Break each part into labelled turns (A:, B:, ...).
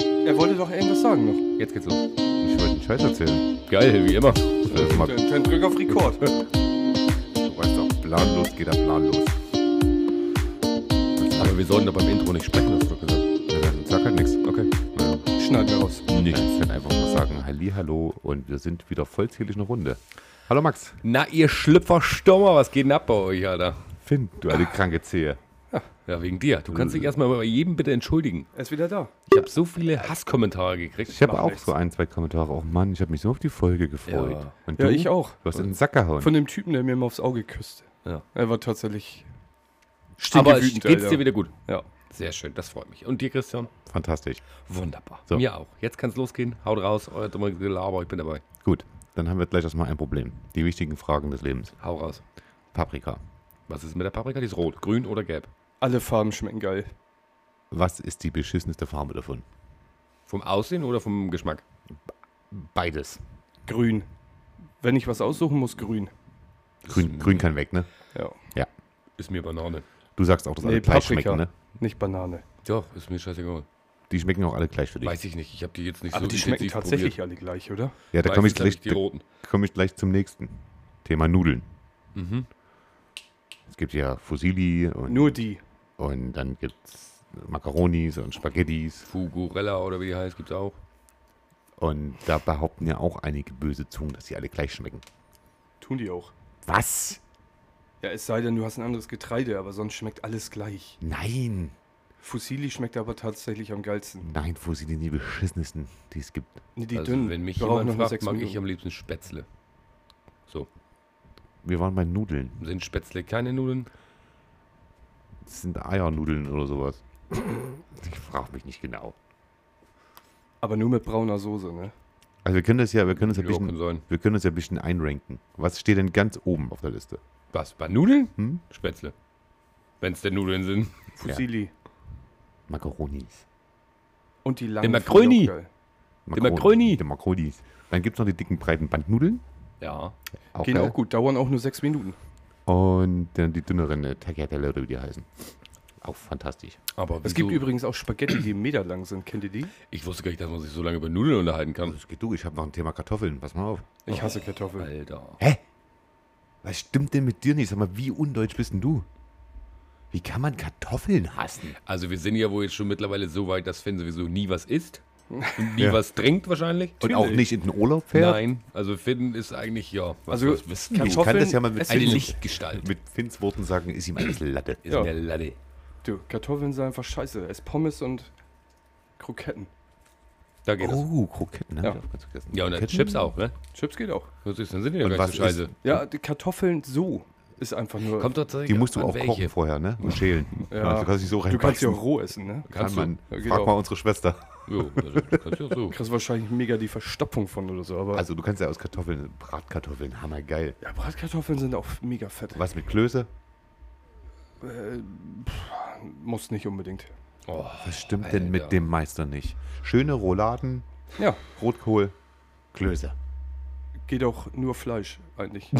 A: Er wollte doch irgendwas sagen noch. Jetzt geht's los.
B: Ich wollte einen Scheiß erzählen. Geil, wie immer. Äh, mal,
A: Dann, dann drück auf Rekord.
B: du weißt doch, planlos geht er planlos. Aber wir sollten doch beim Intro nicht sprechen, hast du doch gesagt. Ja, dann sag halt nichts. Okay. Naja,
A: Schneiden wir raus.
B: nichts. Ich kann einfach mal sagen, Halli, hallo und wir sind wieder vollzählig eine Runde. Hallo Max.
A: Na, ihr Schlüpferstürmer, was geht denn ab bei euch, Alter?
B: Finn, du alte kranke Zehe.
A: Ja, wegen dir. Du kannst dich erstmal bei jedem bitte entschuldigen.
C: Er ist wieder da.
A: Hm. Ich habe so viele Hasskommentare gekriegt.
B: Ich habe auch so ein, zwei Kommentare. Oh Mann, ich habe mich so auf die Folge gefreut.
A: Ja.
B: Und
C: Ja, ich auch.
B: Du hast in den Sack gehauen.
C: Von dem Typen, der mir immer aufs Auge küsste.
A: Ja.
C: Er war tatsächlich
A: Aber
C: stinkewütend,
A: geht's dir
C: Alter.
A: wieder gut?
C: Ja.
A: Sehr schön, das freut mich. Und dir, Christian?
B: Fantastisch.
A: Wunderbar.
B: So.
A: Mir auch. Jetzt kann's losgehen. Haut raus, euer dummer Gelaber, ich bin dabei.
B: Gut, dann haben wir gleich erstmal ein Problem. Die wichtigen Fragen des Lebens.
A: Hau raus.
B: Paprika.
A: Was ist mit der Paprika? Die ist rot, grün oder gelb?
C: Alle Farben schmecken geil.
B: Was ist die beschissenste Farbe davon?
A: Vom Aussehen oder vom Geschmack?
B: Beides.
C: Grün. Wenn ich was aussuchen muss, grün.
B: Grün, grün kann weg, ne?
C: Ja.
B: Ja.
A: Ist mir Banane.
B: Du sagst auch, dass alle
C: Nee,
B: gleich
C: Paprika.
B: schmecken, ne?
C: Nicht Banane.
A: Doch, ist mir scheißegal.
B: Die schmecken auch alle gleich für dich.
A: Weiß ich nicht. Ich habe die jetzt nicht
C: Aber
A: so
C: Also die schmecken
A: intensiv
C: tatsächlich
A: probiert.
C: alle gleich, oder?
B: ja, da komme ich,
A: Meistens hab
B: gleich-
A: die roten.
B: da komm ich gleich zum nächsten. Thema Nudeln.
C: Mhm.
B: Es gibt ja Fusilli und,
C: Nur die.
B: und dann gibt's Macaronis und Spaghettis.
A: Fugurella oder wie die heißt, gibt's auch.
B: Und da behaupten ja auch einige böse Zungen, dass die alle gleich schmecken.
C: Tun die auch.
B: Was?
C: Ja, es sei denn, du hast ein anderes Getreide, aber sonst schmeckt alles gleich.
B: Nein.
C: Fusilli schmeckt aber tatsächlich am geilsten.
B: Nein, Fusilli sind die beschissensten, die es gibt.
C: Nee, die
A: also,
C: dünnen.
A: Wenn mich
C: brauchen
A: jemand
C: noch nur
A: fragt,
C: sechs
A: mag ich
C: Minuten.
A: am liebsten Spätzle. So,
B: Wir waren bei Nudeln.
A: sind Spätzle keine Nudeln?
B: Das sind Eiernudeln oder sowas. Ich frage mich nicht genau.
C: aber nur mit brauner Soße, ne?
B: Also wir können das ja, wir können das ja,
A: Ja,
B: ein
A: kann
B: bisschen,
A: sein.
B: wir können das ja ein bisschen einranken. Was steht denn ganz oben auf der Liste?
A: Was, bei Nudeln? Spätzle. Wenn's denn Nudeln sind.
C: Fusilli.
B: Macaronis.
C: Und die langen.
A: Immer
C: finde ich auch
A: Gröni.
C: geil.
B: Macaroni.
A: Macaroni.
B: Die Macaronis. Dann gibt es noch die dicken, breiten Bandnudeln.
A: Ja.
B: Auch
C: Gehen
B: geil.
C: auch gut, dauern auch nur sechs Minuten.
B: Und dann die dünneren äh, Tagliatelle oder wie die heißen. Auch fantastisch.
A: Aber
C: Es gibt übrigens auch Spaghetti, die einen Meter lang sind. Kennt ihr die?
A: Ich wusste gar nicht, dass man sich so lange über Nudeln unterhalten kann.
B: Das geht du, ich habe noch ein Thema Kartoffeln. Pass mal auf.
C: Ich hasse Kartoffeln.
A: Alter.
B: Hä? Was stimmt denn mit dir nicht? Sag mal, wie undeutsch bist denn du? Wie kann man Kartoffeln hassen?
A: Also wir sind ja wohl jetzt schon mittlerweile so weit, dass Finn sowieso nie was isst. Und nie was trinkt wahrscheinlich.
B: Und auch nicht in den Urlaub fährt?
A: Nein, also Finn ist eigentlich, ja, was,
C: Also,
A: was wissen die?
B: Ich kann das ja mal mit,
C: Kartoffeln
A: Eine
B: Finns-
A: Lichtgestalt.
B: mit Finns Worten sagen, ist ihm alles Latte.
A: Ist
C: Ja.
A: eine Latte.
C: Du, Kartoffeln sind einfach scheiße. Ess Pommes und Kroketten.
A: Da geht es.
B: Oh, Kroketten, ne?
C: Ja.
B: Ich hab ganz vergessen.
A: Ja, und dann
B: Kroketten?
A: Chips auch, ne?
C: Chips geht auch.
A: Dann sind die ja gar
B: Und
A: nicht
B: was
A: so scheiße.
B: ist-
C: Ja, die Kartoffeln so ist einfach nur.
A: Kommt tatsächlich
B: Die musst du
A: an
B: auch kochen vorher, ne? Und schälen.
C: ja,
B: Du kannst nicht so
C: du kannst sie
B: reinbeißen.
C: auch roh essen, ne?
B: Kann
A: Kannst du.
B: man.
C: Ja, geht
B: Frag
C: auch.
B: mal unsere Schwester.
A: Jo, also, du kannst ja auch so.
C: Du kriegst wahrscheinlich mega die Verstopfung von oder so, aber.
B: Also du kannst ja aus Kartoffeln, Bratkartoffeln, hammergeil.
C: ja, Bratkartoffeln sind auch mega fett.
B: Was mit Klöße?
C: Muss nicht unbedingt.
A: Oh,
B: Was stimmt
A: Alter.
B: denn mit dem Meister nicht? Schöne Rouladen,
C: Ja,
B: Rotkohl, Klöße.
C: geht auch nur Fleisch eigentlich.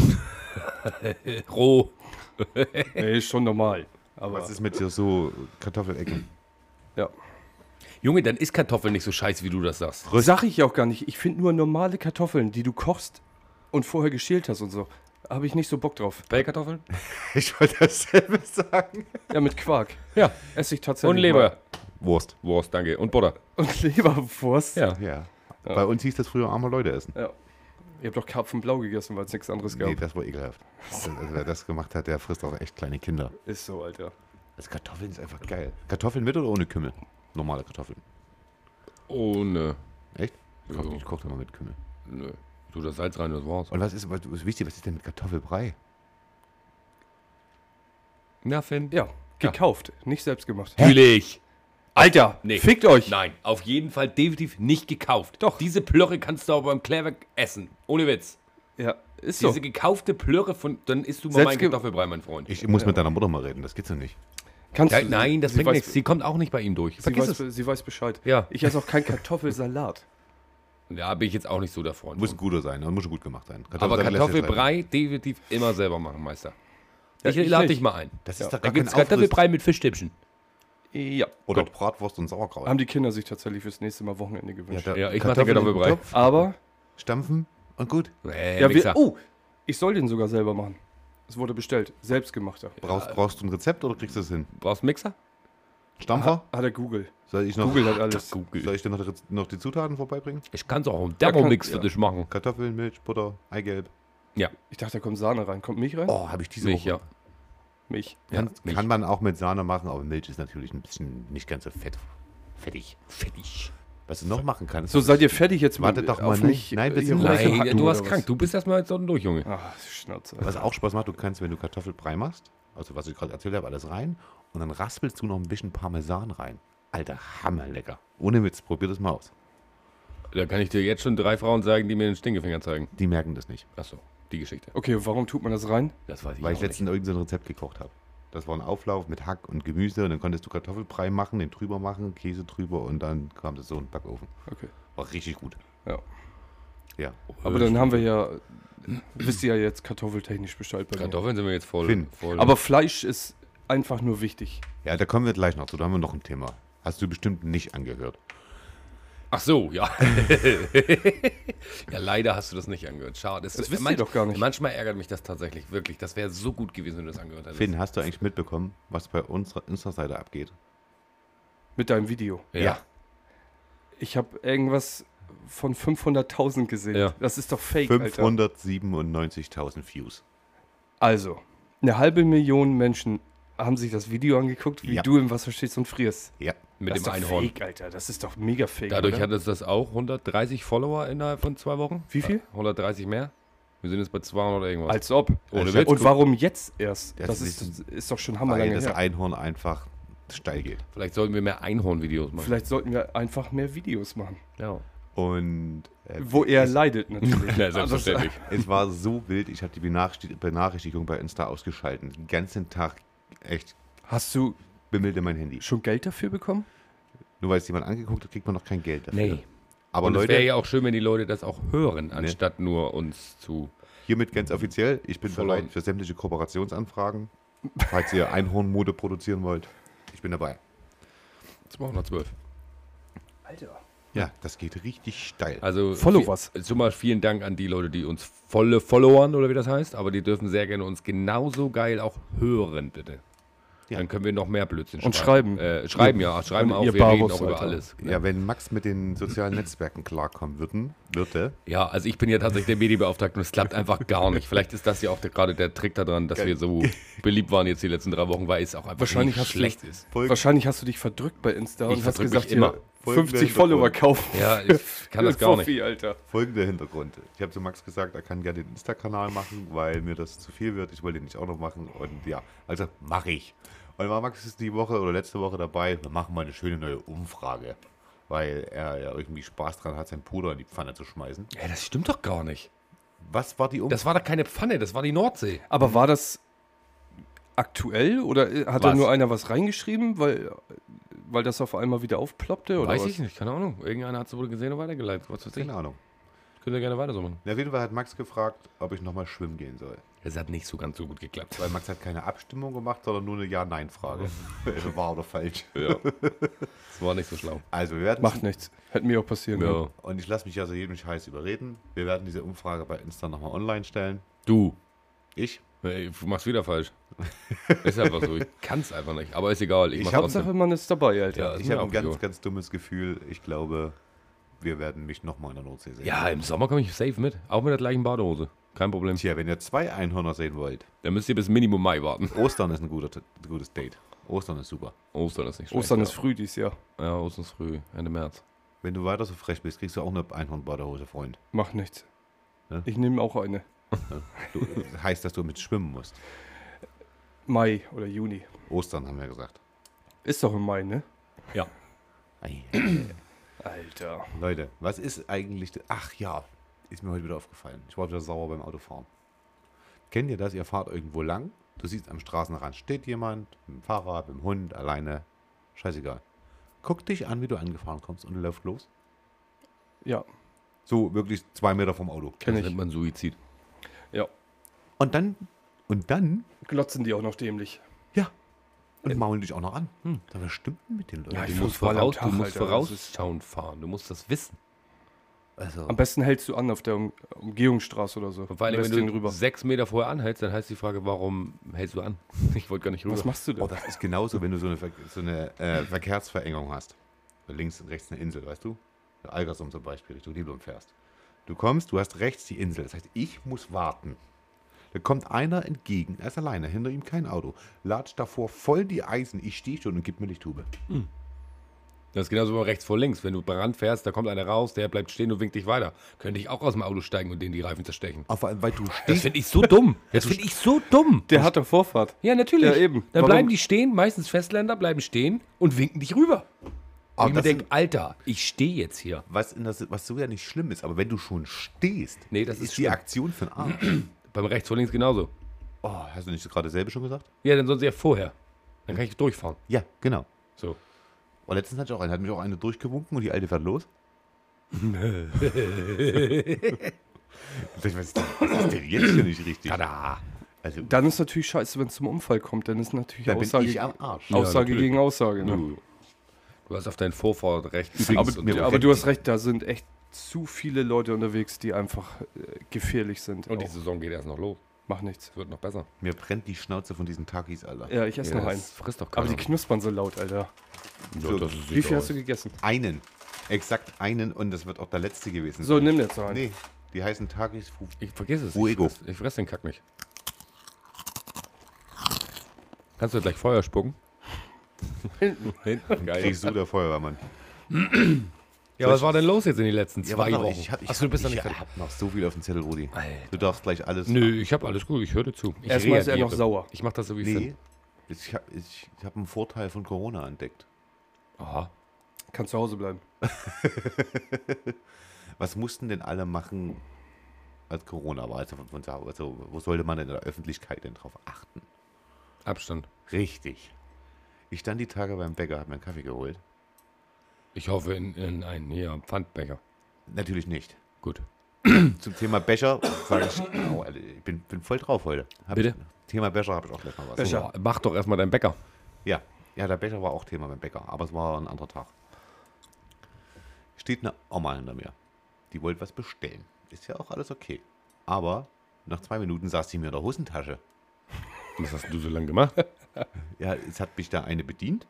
A: roh.
C: Ey, ist schon normal. Aber
B: Was ist mit dir so Kartoffelecken?
C: ja.
A: Junge, dann ist Kartoffeln nicht so scheiße, wie du das sagst.
C: Sag ich ja auch gar nicht. Ich finde nur normale Kartoffeln, die du kochst und vorher geschält hast und so. Habe ich nicht so Bock drauf.
A: Pellkartoffeln?
B: Ich wollte dasselbe sagen.
C: Ja, mit Quark.
A: Ja.
C: Esse ich tatsächlich.
A: Und Leber.
B: Wurst.
A: Wurst, danke. Und Butter.
C: Mal. Und Leberwurst.
A: Ja.
B: Ja. Bei uns hieß das früher arme Leute essen.
C: ja. Ihr habt doch Karpfenblau gegessen, weil es nichts anderes gab.
B: Nee, das war ekelhaft. Also, wer das gemacht hat, der frisst auch echt kleine Kinder.
C: Ist so, Alter.
B: Also Kartoffeln ist einfach geil. Kartoffeln mit oder ohne Kümmel? Normale Kartoffeln.
A: Ohne.
B: Echt? Ich koch-
A: Jo.
B: Ich koche immer mit Kümmel.
A: Nö. ne. Tu das Salz rein, das war's.
B: Und was ist, was ist wichtig, was ist denn mit Kartoffelbrei?
A: Na, Finn?
C: Ja, gekauft, nicht selbst gemacht.
A: Natürlich.
C: Alter,
A: Nee.
C: fickt euch.
A: Nein, auf jeden Fall definitiv nicht gekauft. Doch. Diese Plörre kannst du auch beim Klärwerk essen. Ohne Witz.
C: Ja, ist so.
A: Diese gekaufte Plörre von. Dann isst du mal
C: Selbst
A: meinen
C: ge-
A: Kartoffelbrei, mein Freund.
B: Ich muss mit deiner Mutter mal reden, das geht's ja nicht.
C: Kannst
A: Ja,
C: du-
A: nein, das
C: sie
A: bringt
C: weiß,
A: nichts. Sie kommt auch nicht bei ihm durch.
C: Sie
A: Vergiss
C: weiß,
A: es.
C: sie weiß Bescheid.
A: Ja.
C: Ich esse auch keinen Kartoffelsalat.
A: Da bin ich jetzt auch nicht so der Freund.
B: Muss
A: von.
B: ein guter sein, ne? muss schon gut gemacht sein.
A: Aber
B: lässt sich bleiben.
A: Kartoffelbrei definitiv immer selber machen, Meister.
C: Ja,
A: ich
C: ich
A: lade
C: nicht.
A: dich mal ein.
B: Das
C: Ja.
B: ist doch
A: Da
B: gar kein
A: gibt's
B: Aufriss.
A: Kartoffelbrei mit Fischstäbchen.
C: Ja.
B: Oder
C: Gott.
B: Bratwurst und Sauerkraut.
C: Haben die Kinder sich tatsächlich fürs nächste Mal Wochenende gewünscht.
B: da-
A: Ja, ich mach den
B: Kartoffeln im
A: Kartoffelbrei.
B: Topf,
C: Aber,
B: Stampfen und gut.
A: Nee,
C: ja,
A: Wichser.
C: wir, oh, ich soll den sogar selber machen. Es wurde bestellt, selbstgemachter.
B: Brauchst, brauchst du ein Rezept oder kriegst du es hin?
A: Brauchst du einen Mixer?
B: Stampfer?
C: Hat er Ah, Google.
B: Soll ich noch,
C: Google hat alles.
B: soll ich dir noch, die Rez- noch die Zutaten vorbeibringen?
A: Ich kann es auch einen
C: Ja, kann-
A: Thermomix
C: ja.
A: für dich machen.
B: Kartoffeln, Milch, Butter, Eigelb.
C: Ich dachte, da kommt Sahne rein. Kommt Milch rein?
B: Oh, habe ich diese
A: Milch, ja.
C: Milch.
A: ja
B: Kann,
A: Milch.
B: kann man auch mit Sahne machen, aber Milch ist natürlich ein bisschen nicht ganz so fett.
A: Fettig. Fettig.
B: Was du noch machen kannst.
C: So, seid ihr fertig jetzt?
B: Warte
C: mit-
B: doch mal,
C: auf
B: nein,
C: mich,
B: nein,
C: äh,
B: wir
C: hier
B: sind gleich
C: rumhacken
A: Nein,
C: oder
A: du warst
C: was?
A: krank. Du bist erstmal jetzt unten durch, Junge.
C: Ach, Schnauze.
B: was auch Spaß macht, du kannst, wenn du Kartoffelbrei machst, also was ich gerade erzählt habe, alles rein und dann raspelst du noch ein bisschen Parmesan rein. Alter, hammerlecker. Ohne Witz, probier das mal aus.
A: Da kann ich dir jetzt schon drei Frauen sagen, die mir den Stinkefinger zeigen.
B: Die merken das nicht,
A: Achso, die Geschichte.
C: Okay, warum tut man das rein?
A: Das weiß ich
B: weil
A: auch
B: ich letztens irgendein so ein Rezept gekocht habe. Das war ein Auflauf mit Hack und Gemüse und dann konntest du Kartoffelbrei machen, den drüber machen, Käse drüber und dann kam das so in den Backofen.
C: Okay.
B: War richtig gut.
C: Ja.
B: Ja.
A: nicht.
C: Aber dann haben wir ja, wisst ihr ja jetzt kartoffeltechnisch Bescheid bei mir.
A: Kartoffeln sind wir jetzt voll.
B: Finn,
A: voll
C: Aber Fleisch ist einfach nur wichtig.
B: Ja, da kommen wir gleich noch zu. Da haben wir noch ein Thema. Hast du bestimmt nicht angehört.
A: Ach so, ja. ja, leider hast du das nicht angehört. Schade. Es
C: Das
A: ist-
C: wisst ihr doch gar nicht.
A: Manchmal ärgert mich das tatsächlich, wirklich. Das wäre so gut gewesen, wenn du das angehört hättest.
B: Finn, hast du eigentlich mitbekommen, was bei unserer Insta-Seite abgeht?
C: Mit deinem Video.
A: Ja.
C: Ich habe irgendwas von 500.000 gesehen.
A: Ja.
C: Das ist doch fake, Alter.
B: 597.000 Views.
C: Also, eine halbe Million Menschen haben sich das Video angeguckt, wie
B: Ja.
C: du im Wasser stehst und frierst.
B: Ja.
A: Mit
C: das
A: dem
C: ist doch
A: Einhorn.
C: Fake, Alter. Das ist doch mega fake.
A: Dadurch
C: oder?
A: hat es das auch 130 Follower innerhalb von zwei Wochen.
C: Wie viel?
A: 130 mehr. Wir sind jetzt bei 200 irgendwas.
C: Als ob.
A: Ohne
B: Witz.
C: Und warum jetzt erst?
B: Ja,
C: Das,
B: das
C: ist,
B: wissen-
C: ist doch schon
B: Weil
C: hammerlange
B: das
C: her.
B: Einhorn einfach steil geht.
A: Vielleicht sollten wir mehr Einhorn-Videos machen.
C: Vielleicht sollten wir einfach mehr Videos machen.
A: Ja.
B: Und äh,
C: Wo er leidet natürlich.
A: ja, selbstverständlich.
B: es war so wild, ich habe die Benachricht- Benachrichtigung bei Insta ausgeschalten. Den ganzen Tag echt
C: Also, Hast du
B: bimmelte mein Handy.
C: schon Geld dafür bekommen?
B: Nur weil es jemand angeguckt hat, kriegt man noch kein Geld dafür.
A: Nee.
B: Aber
A: Und es
B: Leute,
A: wäre ja auch schön, wenn die Leute das auch hören, anstatt nur uns zu.
B: hiermit ganz offiziell, ich bin
A: Voll ein.
B: bereit für sämtliche Kooperationsanfragen. Falls ihr Einhornmode produzieren wollt, ich bin dabei.
A: 212.
C: Alter.
B: Ja, das geht richtig steil.
A: Also
C: Followers.
A: vi- Schon mal vielen Dank an die Leute, die uns volle followern oder wie das heißt, aber die dürfen sehr gerne uns genauso geil auch hören, bitte.
B: Ja.
A: Dann können wir noch mehr Blödsinn
C: Und schreiben.
A: Äh, schreiben, ja, schreiben
C: Und
A: auch.
C: ihr
A: Wir reden
C: Barbos,
A: auch über
C: Alter.
A: alles. ne?
B: Ja, wenn Max mit den sozialen Netzwerken klarkommen würden, würde,
A: Ja, also ich bin ja tatsächlich der Medienbeauftragte und es klappt einfach gar nicht. Vielleicht ist das ja auch der, gerade der Trick daran, dass wir so beliebt waren jetzt die letzten drei Wochen, weil es auch einfach
C: Wahrscheinlich
A: nicht
C: hast du-
A: schlecht ist.
B: Folgen-
C: Wahrscheinlich hast du dich verdrückt bei Insta
A: Ich
C: und hast
A: verdrück mich
C: gesagt,
A: immer.
C: hier,
B: Folgender
C: 50 Follower
B: Hintergrund.
C: kaufen.
A: Ja, ich kann das gar nicht.
C: Fuffi, Alter.
B: folgender Hintergrund. Ich habe zu Max gesagt, er kann gerne den Insta-Kanal machen, weil mir das zu viel wird. Ich wollte den nicht auch noch machen. Und ja, also mache ich. Und dann war Max ist die Woche oder letzte Woche dabei, wir machen mal eine schöne neue Umfrage. Weil er ja irgendwie Spaß dran hat, seinen Bruder in die Pfanne zu schmeißen.
A: Ja, das stimmt doch gar nicht.
B: Was war die Umfrage?
A: Das war da keine Pfanne, das war die Nordsee.
C: Aber war das aktuell oder äh, hat da
B: Was?
C: nur einer was reingeschrieben, weil, weil das auf einmal wieder aufploppte? Oder
A: Weiß
C: was?
A: ich nicht, keine Ahnung. Irgendeiner hat es wohl gesehen und weitergeleitet. Was weiß ich.
B: Keine Ahnung.
A: Könnt ihr gerne weiter so machen.
B: Und auf jeden Fall hat Max gefragt, ob ich nochmal schwimmen gehen soll.
A: Es hat nicht so ganz so gut geklappt.
B: Weil Max hat keine Abstimmung gemacht, sondern nur eine Ja-Nein-Frage. Wahr oder falsch.
A: Es war nicht so schlau.
B: Also wir werden
C: Macht nichts. Hätte mir auch passieren können.
A: Ja.
B: Und ich lasse mich also jedem Scheiß überreden. Wir werden diese Umfrage bei Insta nochmal online stellen.
A: Du,
B: Ich?
A: ey, du machst wieder falsch. ist einfach so. Ich kann es einfach nicht. Aber ist egal. Ich,
B: Ich
A: mach's
B: hab-
A: trotzdem.
C: Hauptsache, man ist dabei,
A: Ja,
C: Alter.
A: ist
B: Ich
A: mir
B: habe ein ganz,
A: aufgegangen.
B: ganz dummes Gefühl. Ich glaube, wir werden mich nochmal in der Nordsee sehen.
A: Ja, im Sommer komme ich safe mit. Auch mit der gleichen Badehose. Kein Problem.
B: Tja, wenn ihr zwei Einhörner sehen wollt,
A: Dann müsst ihr bis Minimum Mai warten.
B: Ostern ist ein guter, gutes Date. Ostern ist super.
A: Ostern ist nicht schlecht.
C: Ostern
A: ja.
C: ist früh dieses Jahr.
A: Ja, Ostern ist früh. Ende März.
B: Wenn du weiter so frech bist, kriegst du auch eine Einhornbadehose, Freund.
C: Macht nichts.
B: Ja.
C: Ich nehme auch eine.
B: Du, das heißt, dass du mit schwimmen musst.
C: Mai oder Juni.
B: Ostern haben wir gesagt.
C: Ist doch im Mai, ne?
A: Ja.
B: Ei.
C: Alter.
B: Leute, was ist eigentlich. Ach ja, ist mir heute wieder aufgefallen. Ich war wieder sauer beim Autofahren. Kennt ihr das? Ihr fahrt irgendwo lang. Du siehst am Straßenrand steht jemand, mit dem Fahrrad, mit dem Hund, alleine. Scheißegal. Guck dich an, wie du angefahren kommst und läuft los.
C: Ja,
B: So wirklich zwei Meter vom Auto.
A: Das
C: kenne ich.
A: nennt man Suizid.
C: Ja.
B: Und dann, und dann,
C: Glotzen die auch noch dämlich.
B: ja. Und und maulen dich auch noch an. Hm, da was stimmt denn mit den Leuten?
C: Äh. Ja,
A: Du
C: ich-
A: musst,
C: fünfmal am
A: voraus,
C: Tag,
A: du musst
C: Alter, das
A: vorausschauend fahren. Du musst das wissen.
B: also,
C: Am besten hältst du an auf der um Umgehungsstraße oder so.
A: Und vor allem,
C: Lässt
A: wenn
C: den
A: du
C: rüber.
A: sechs Meter vorher anhältst, dann heißt die Frage, warum hältst du an? Ich wollte gar nicht rüber.
C: Was machst du denn?
B: oh, das ist genauso, wenn du so eine, Ver so eine äh, Verkehrsverengung hast. Links und rechts eine Insel, weißt du? Algersum zum Beispiel, Richtung Diblum fährst. Du kommst, du hast rechts die Insel. Das heißt, ich muss warten. Da kommt einer entgegen, er ist alleine, hinter ihm kein Auto. Latscht davor voll die Eisen, ich stehe schon und gib mir die Tube.
A: Das ist genauso wie rechts vor links. Wenn du brand fährst, da kommt einer raus, der bleibt stehen und winkt dich weiter. Könnte ich auch aus dem Auto steigen und denen die Reifen zerstechen.
B: Auf allem, weil du
A: Das
B: stehst.
A: finde ich so dumm. Das finde ich so dumm.
C: Der hat doch Vorfahrt.
A: Ja, ne. natürlich.
C: Ja, eben.
A: Dann
C: Warum?
A: bleiben die stehen, meistens Festländer, bleiben stehen und winken dich rüber.
B: Aber
A: Und ich mir
B: das
A: denke,
B: sind-
A: Alter, ich stehe jetzt hier.
B: was, in das, was so ja nicht schlimm ist, aber wenn du schon stehst,
A: Nee, das ist
B: die
A: schlimm.
B: Aktion für den Arsch.
A: Beim rechts vor links genauso.
B: Oh, hast du nicht gerade dasselbe schon gesagt?
A: Ja, dann sonst ja vorher. Dann kann ich durchfahren.
B: Ja, genau.
A: So.
B: Und letztens hatte ich auch einen, hat mich auch eine durchgewunken und die alte fährt los. Ich dachte, was, ist denn, was ist denn jetzt hier nicht richtig?
A: Tada.
B: Also, da
C: Dann ist natürlich scheiße, wenn es zum Unfall kommt. Dann ist natürlich
B: bin
C: Aussage,
B: ich am Arsch.
C: Aussage
A: natürlich.
C: gegen Aussage. Ne?
A: Du hast auf deinen Vorfahrt rechts.
B: Übrigens,
A: links und,
B: mir-
A: so.
C: Aber du hast recht, da sind echt zu viele Leute unterwegs, die einfach äh, gefährlich sind.
A: und die
C: Auch.
A: Saison geht erst noch los.
C: Mach nichts.
A: Es wird noch besser.
B: Mir brennt die Schnauze von diesen Takis, Alter.
C: Ja, ich esse noch einen.
A: das frisst doch
C: Aber die
A: keiner.
C: knuspern so laut, Alter.
A: Ja, das ist
C: Wie viel
A: egal.
C: hast du gegessen?
B: Einen. Exakt einen und das wird auch der letzte gewesen.
C: So,
B: sein.
C: nimm jetzt noch einen.
B: Nee, die heißen Takis. Fu-
A: Ich vergiss es. Ich
B: Fuego.
A: fress, ich fress den Kack nicht. Kannst du gleich Feuer spucken? Hinten. Geil.
B: Kriegst du der Feuerwehrmann.
A: Ja, was war denn los jetzt in den letzten zwei
B: warte mal,
A: Wochen?
B: Ich hab, ich
A: Achso, du bist
B: hab,
A: noch nicht
B: ich
A: fertig.
B: hab noch so viel auf dem Zettel, Rudi.
A: Alter.
B: Du darfst gleich alles.
A: Nö, ich hab alles gut, ich höre dir zu. Ich
C: Erstmal ist er
A: reagiere.
C: noch sauer.
A: Ich mach das so wie
B: Nee,
A: Finn.
B: ich habe ich, ich hab einen Vorteil von Corona entdeckt.
A: Aha.
C: Kannst zu Hause bleiben.
B: Was mussten denn alle machen, als Corona war? Also, von, von, zu Hause? also wo sollte man denn in der Öffentlichkeit denn drauf achten?
A: Abstand.
B: Richtig. Ich stand die Tage beim Bäcker, habe mir einen Kaffee geholt.
A: Ich hoffe in, in einen hier Pfandbecher.
B: Natürlich nicht.
A: Gut.
B: Zum Thema Becher sage ich, au, Alter, ich bin, bin voll drauf heute. Hab
A: Bitte?
B: Ich, Thema Becher habe ich auch gleich mal was.
A: Boah, mach doch erstmal deinen Bäcker.
B: Ja, ja, der Becher war auch Thema beim Bäcker, aber es war ein anderer Tag. Steht eine Oma hinter mir. Die wollte was bestellen. Ist ja auch alles okay. Aber nach zwei Minuten saß sie mir in der Hosentasche.
A: Was hast du so lange gemacht?
B: Ja, es hat mich da eine bedient.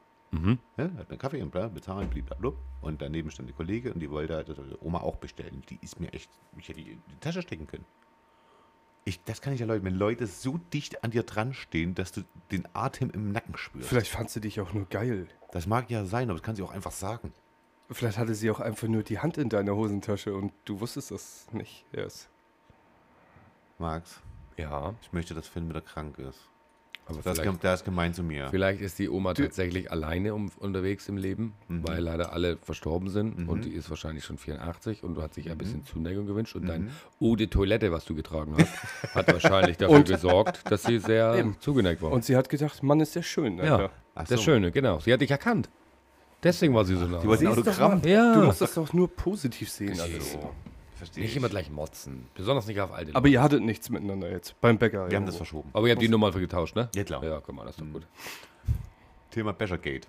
B: Ja, hat mir einen Kaffee und bla, bezahlen, blablabla. Und daneben stand eine Kollege und die wollte halt die Oma auch bestellen. Die ist mir echt, ich hätte die in die Tasche stecken können. Ich, das kann ich ja Leute, wenn Leute so dicht an dir dran stehen, dass du den Atem im Nacken spürst.
C: Vielleicht fand sie dich auch nur geil.
B: Das mag ja sein, aber das kann sie auch einfach sagen.
C: Vielleicht hatte sie auch einfach nur die Hand in deiner Hosentasche und du wusstest das nicht erst.
B: Max,
A: Ja,
B: ich möchte, dass Finn wieder krank ist.
A: aber
B: Das,
A: vielleicht,
B: kommt, das ist gemein zu mir.
A: vielleicht ist die Oma tatsächlich alleine um, unterwegs im Leben,
B: Mhm.
A: weil leider alle verstorben sind und die ist wahrscheinlich schon 84 und du hast
B: Mhm.
A: sich ein bisschen Zuneigung gewünscht und dein Eau de Toilette, was du getragen hast, hat wahrscheinlich dafür gesorgt, dass sie sehr zugeneigt war.
C: Und sie hat gedacht, Mann, ist der schön.
A: ja,
C: Alter.
B: Ach
A: das
B: so.
A: Schöne, genau. Sie hat dich erkannt. Deswegen war sie so nah.
B: wollte ein
C: Siehst doch
B: Autogramm.
C: mal,
A: Ja.
C: Du musst das doch nur positiv sehen. Alles.
A: Also,
B: Verstehe
A: nicht
B: ich.
A: immer gleich motzen. Besonders nicht auf alte.
C: Aber ihr hattet nichts miteinander jetzt beim Bäcker. also.
B: Wir haben
C: irgendwo.
B: das verschoben.
A: Aber ihr habt die Nummer getauscht, ne?
B: Ja, klar. Mhm.
A: Ja, guck mal, das ist doch gut.
B: Thema Bechergate.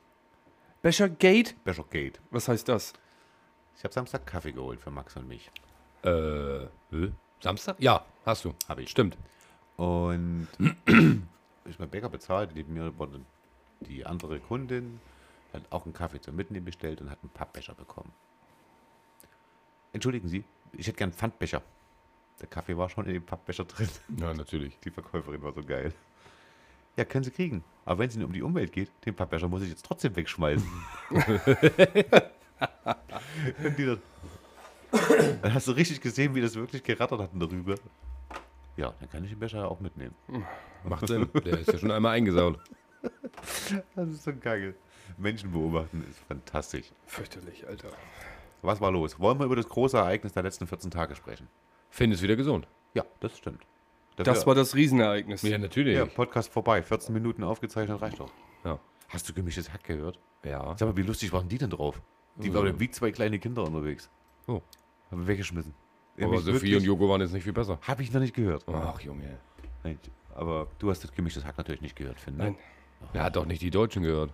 C: Bechergate?
B: Bechergate.
C: Was heißt das?
B: Ich habe Samstag Kaffee geholt für Max und mich.
A: Äh, hä? Samstag? Ja, hast du.
B: Hab ich.
A: Stimmt.
B: Und ich beim Bäcker bezahlt, neben mir war dann die andere Kundin, hat auch einen Kaffee zum Mitnehmen bestellt und hat einen Pappbecher bekommen. Entschuldigen Sie, ich hätte gern einen Pfandbecher. Der Kaffee war schon in dem Pappbecher drin.
A: Ja, natürlich.
B: Die Verkäuferin war so geil. Ja, können Sie kriegen. Aber wenn es Ihnen um die Umwelt geht, den Pappbecher muss ich jetzt trotzdem wegschmeißen. Und die dann, dann hast du richtig gesehen, wie das wirklich gerattert hatten darüber. Ja, dann kann ich den Becher ja auch mitnehmen.
A: Macht Sinn. Der ist ja schon einmal eingesaut.
B: Das ist so geil. Menschen beobachten ist fantastisch.
C: Fürchterlich, Alter.
B: Was war los? Wollen wir über das große Ereignis der letzten 14 Tage sprechen?
A: Finn ist wieder gesund.
B: Ja, das stimmt.
C: Das war das Riesenereignis.
A: Ja, natürlich.
B: ja, Podcast vorbei. 14 Minuten aufgezeichnet, reicht doch.
A: Ja.
B: Hast du gemischtes Hack gehört?
A: Ja.
B: Sag mal, wie lustig waren die denn drauf? Die waren wie zwei kleine Kinder unterwegs.
A: Äh. Oh.
B: Haben wir weggeschmissen.
A: Aber Sophie und Ah. Joko waren jetzt nicht viel besser.
B: Habe ich noch nicht gehört.
A: Ach, Junge.
B: Nein, aber du hast das gemischtes Hack natürlich nicht gehört, Finn. ne?
C: Nein.
A: Er hat doch nicht die Deutschen gehört.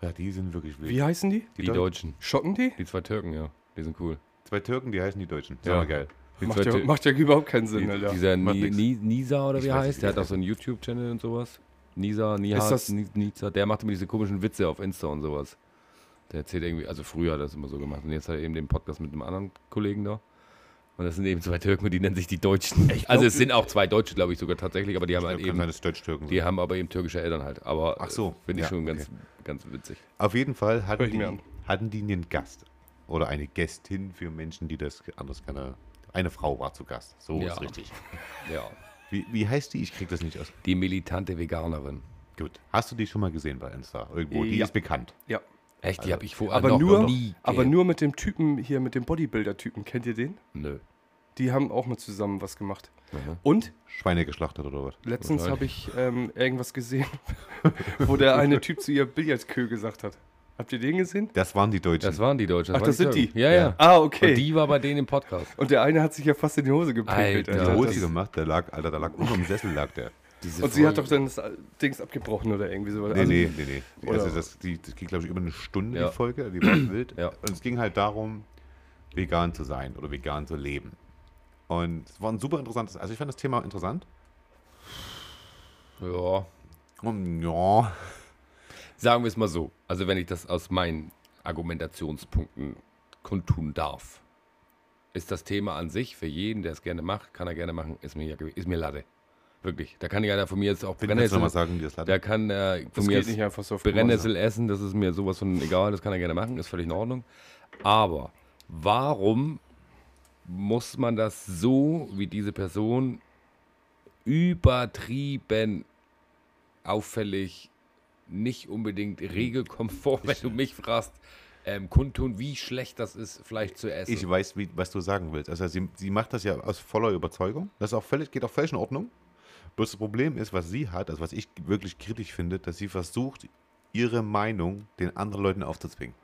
B: Ja, die sind wirklich wild.
C: Wie heißen die?
A: Die,
B: Deu-
A: Deutschen.
C: Schotten die?
A: Die zwei Türken, ja. Die sind cool.
B: Zwei Türken, die heißen die Deutschen.
A: Ja.
B: Ja, geil.
A: Die
C: Macht
A: zwei
C: ja,
A: Tür-
C: macht ja überhaupt keinen Sinn,
A: die,
C: Alter.
A: dieser
B: Macht
A: Ni,
B: nix.
A: Ni, Nisa oder
B: Ich
A: wie
B: weiß
A: er
B: nicht,
A: heißt,
B: wie
A: der
B: der
A: hat auch so einen YouTube-Channel und sowas. Nisa,
C: das-
A: Nihas, Ni- Nisa, der macht immer diese komischen Witze auf Insta und sowas. Der erzählt irgendwie, also früher hat er das immer so gemacht und jetzt hat er eben den Podcast mit einem anderen Kollegen da. Und das sind eben zwei Türken und die nennen sich die Deutschen. also es sind auch zwei Deutsche, glaube ich, sogar tatsächlich, aber die haben halt
B: Kann
A: eben,
B: sein, dass Deutsch-Türken
A: die
B: sind.
A: haben aber eben türkische Eltern halt. Aber
B: Ach so,
A: finde ich
B: ja,
A: schon
B: okay.
A: ganz, ganz witzig.
B: Auf jeden Fall hatten
C: Hör ich
B: die,
C: mir an.
B: hatten die einen Gast oder eine Gästin für Menschen, die das anders keiner. Eine Frau war zu Gast. So
A: Ja.
B: ist richtig.
A: Ja.
B: Wie, wie heißt die? Ich krieg das nicht aus.
A: Die militante Veganerin.
B: Gut. Hast du die schon mal gesehen bei Insta? Irgendwo. Die
C: Ja.
B: ist bekannt.
C: ja.
A: Echt, die habe ich vorher
C: Also, Aber,
A: noch
C: nur,
A: nie
C: aber
A: ge-
C: nur mit dem Typen hier, mit dem Bodybuilder-Typen. Kennt ihr den?
A: Nö.
C: Die haben auch mal zusammen was gemacht.
A: Mhm.
C: Und
B: Schweine geschlachtet oder was?
C: letztens habe
A: Wahrscheinlich.
C: ich ähm, irgendwas gesehen, wo der eine Typ zu ihr Billardkö gesagt hat. Habt ihr den gesehen?
B: Das waren die Deutschen.
A: Das waren die Deutschen.
C: Ach,
A: waren
C: das sind
A: Türken.
C: die?
A: Ja, ja.
C: Ah, okay.
A: Und die war bei denen im Podcast.
C: Und der eine hat sich ja fast in die Hose gepinkelt.
A: Alter.
B: die
A: Ja,
B: Hose
C: Das-
B: gemacht. Der lag, Alter, da lag unter dem Sessel lag der.
A: Diese
C: Und sie hat
A: Folge-
C: doch dann das äh, Dings abgebrochen oder irgendwie so.
B: Nee,
C: Also
B: nee, nee, nee.
C: oder-
B: Also das, die, das ging, glaube ich, über eine Stunde,
A: Ja.
B: die Folge. Die war wild.
A: Ja.
B: Und es ging halt darum, vegan zu sein oder vegan zu leben. Und es war ein super interessantes, also ich fand das Thema interessant.
A: Ja.
B: Hm, ja,
A: Sagen wir es mal so. Also, wenn ich das aus meinen Argumentationspunkten kundtun darf, ist das Thema an sich für jeden, der es gerne macht, kann er gerne machen, ist mir, Jacke- ist mir Latte. Wirklich. Da kann ja von mir jetzt auch
B: wenn du jetzt
A: Brennnessel.
B: nochmal sagen, wie das
A: Da
B: leider.
A: kann äh, von
C: das
A: mir
C: geht
A: jetzt
C: nicht einfach so auf die
A: Brennnessel essen, das ist mir sowas von egal, das kann er gerne machen, ist völlig in Ordnung. Aber warum muss man das so wie diese Person übertrieben auffällig, nicht unbedingt regelkonform, wenn du mich fragst, ähm, kundtun, wie schlecht das ist, Fleisch zu essen?
B: Ich weiß, wie, was du sagen willst. Also sie, sie macht das ja aus voller Überzeugung. Das ist auch völlig, geht auch völlig in Ordnung. Bloß das Problem ist, was sie hat, also was ich wirklich kritisch finde, dass sie versucht, ihre Meinung den anderen Leuten aufzuzwingen.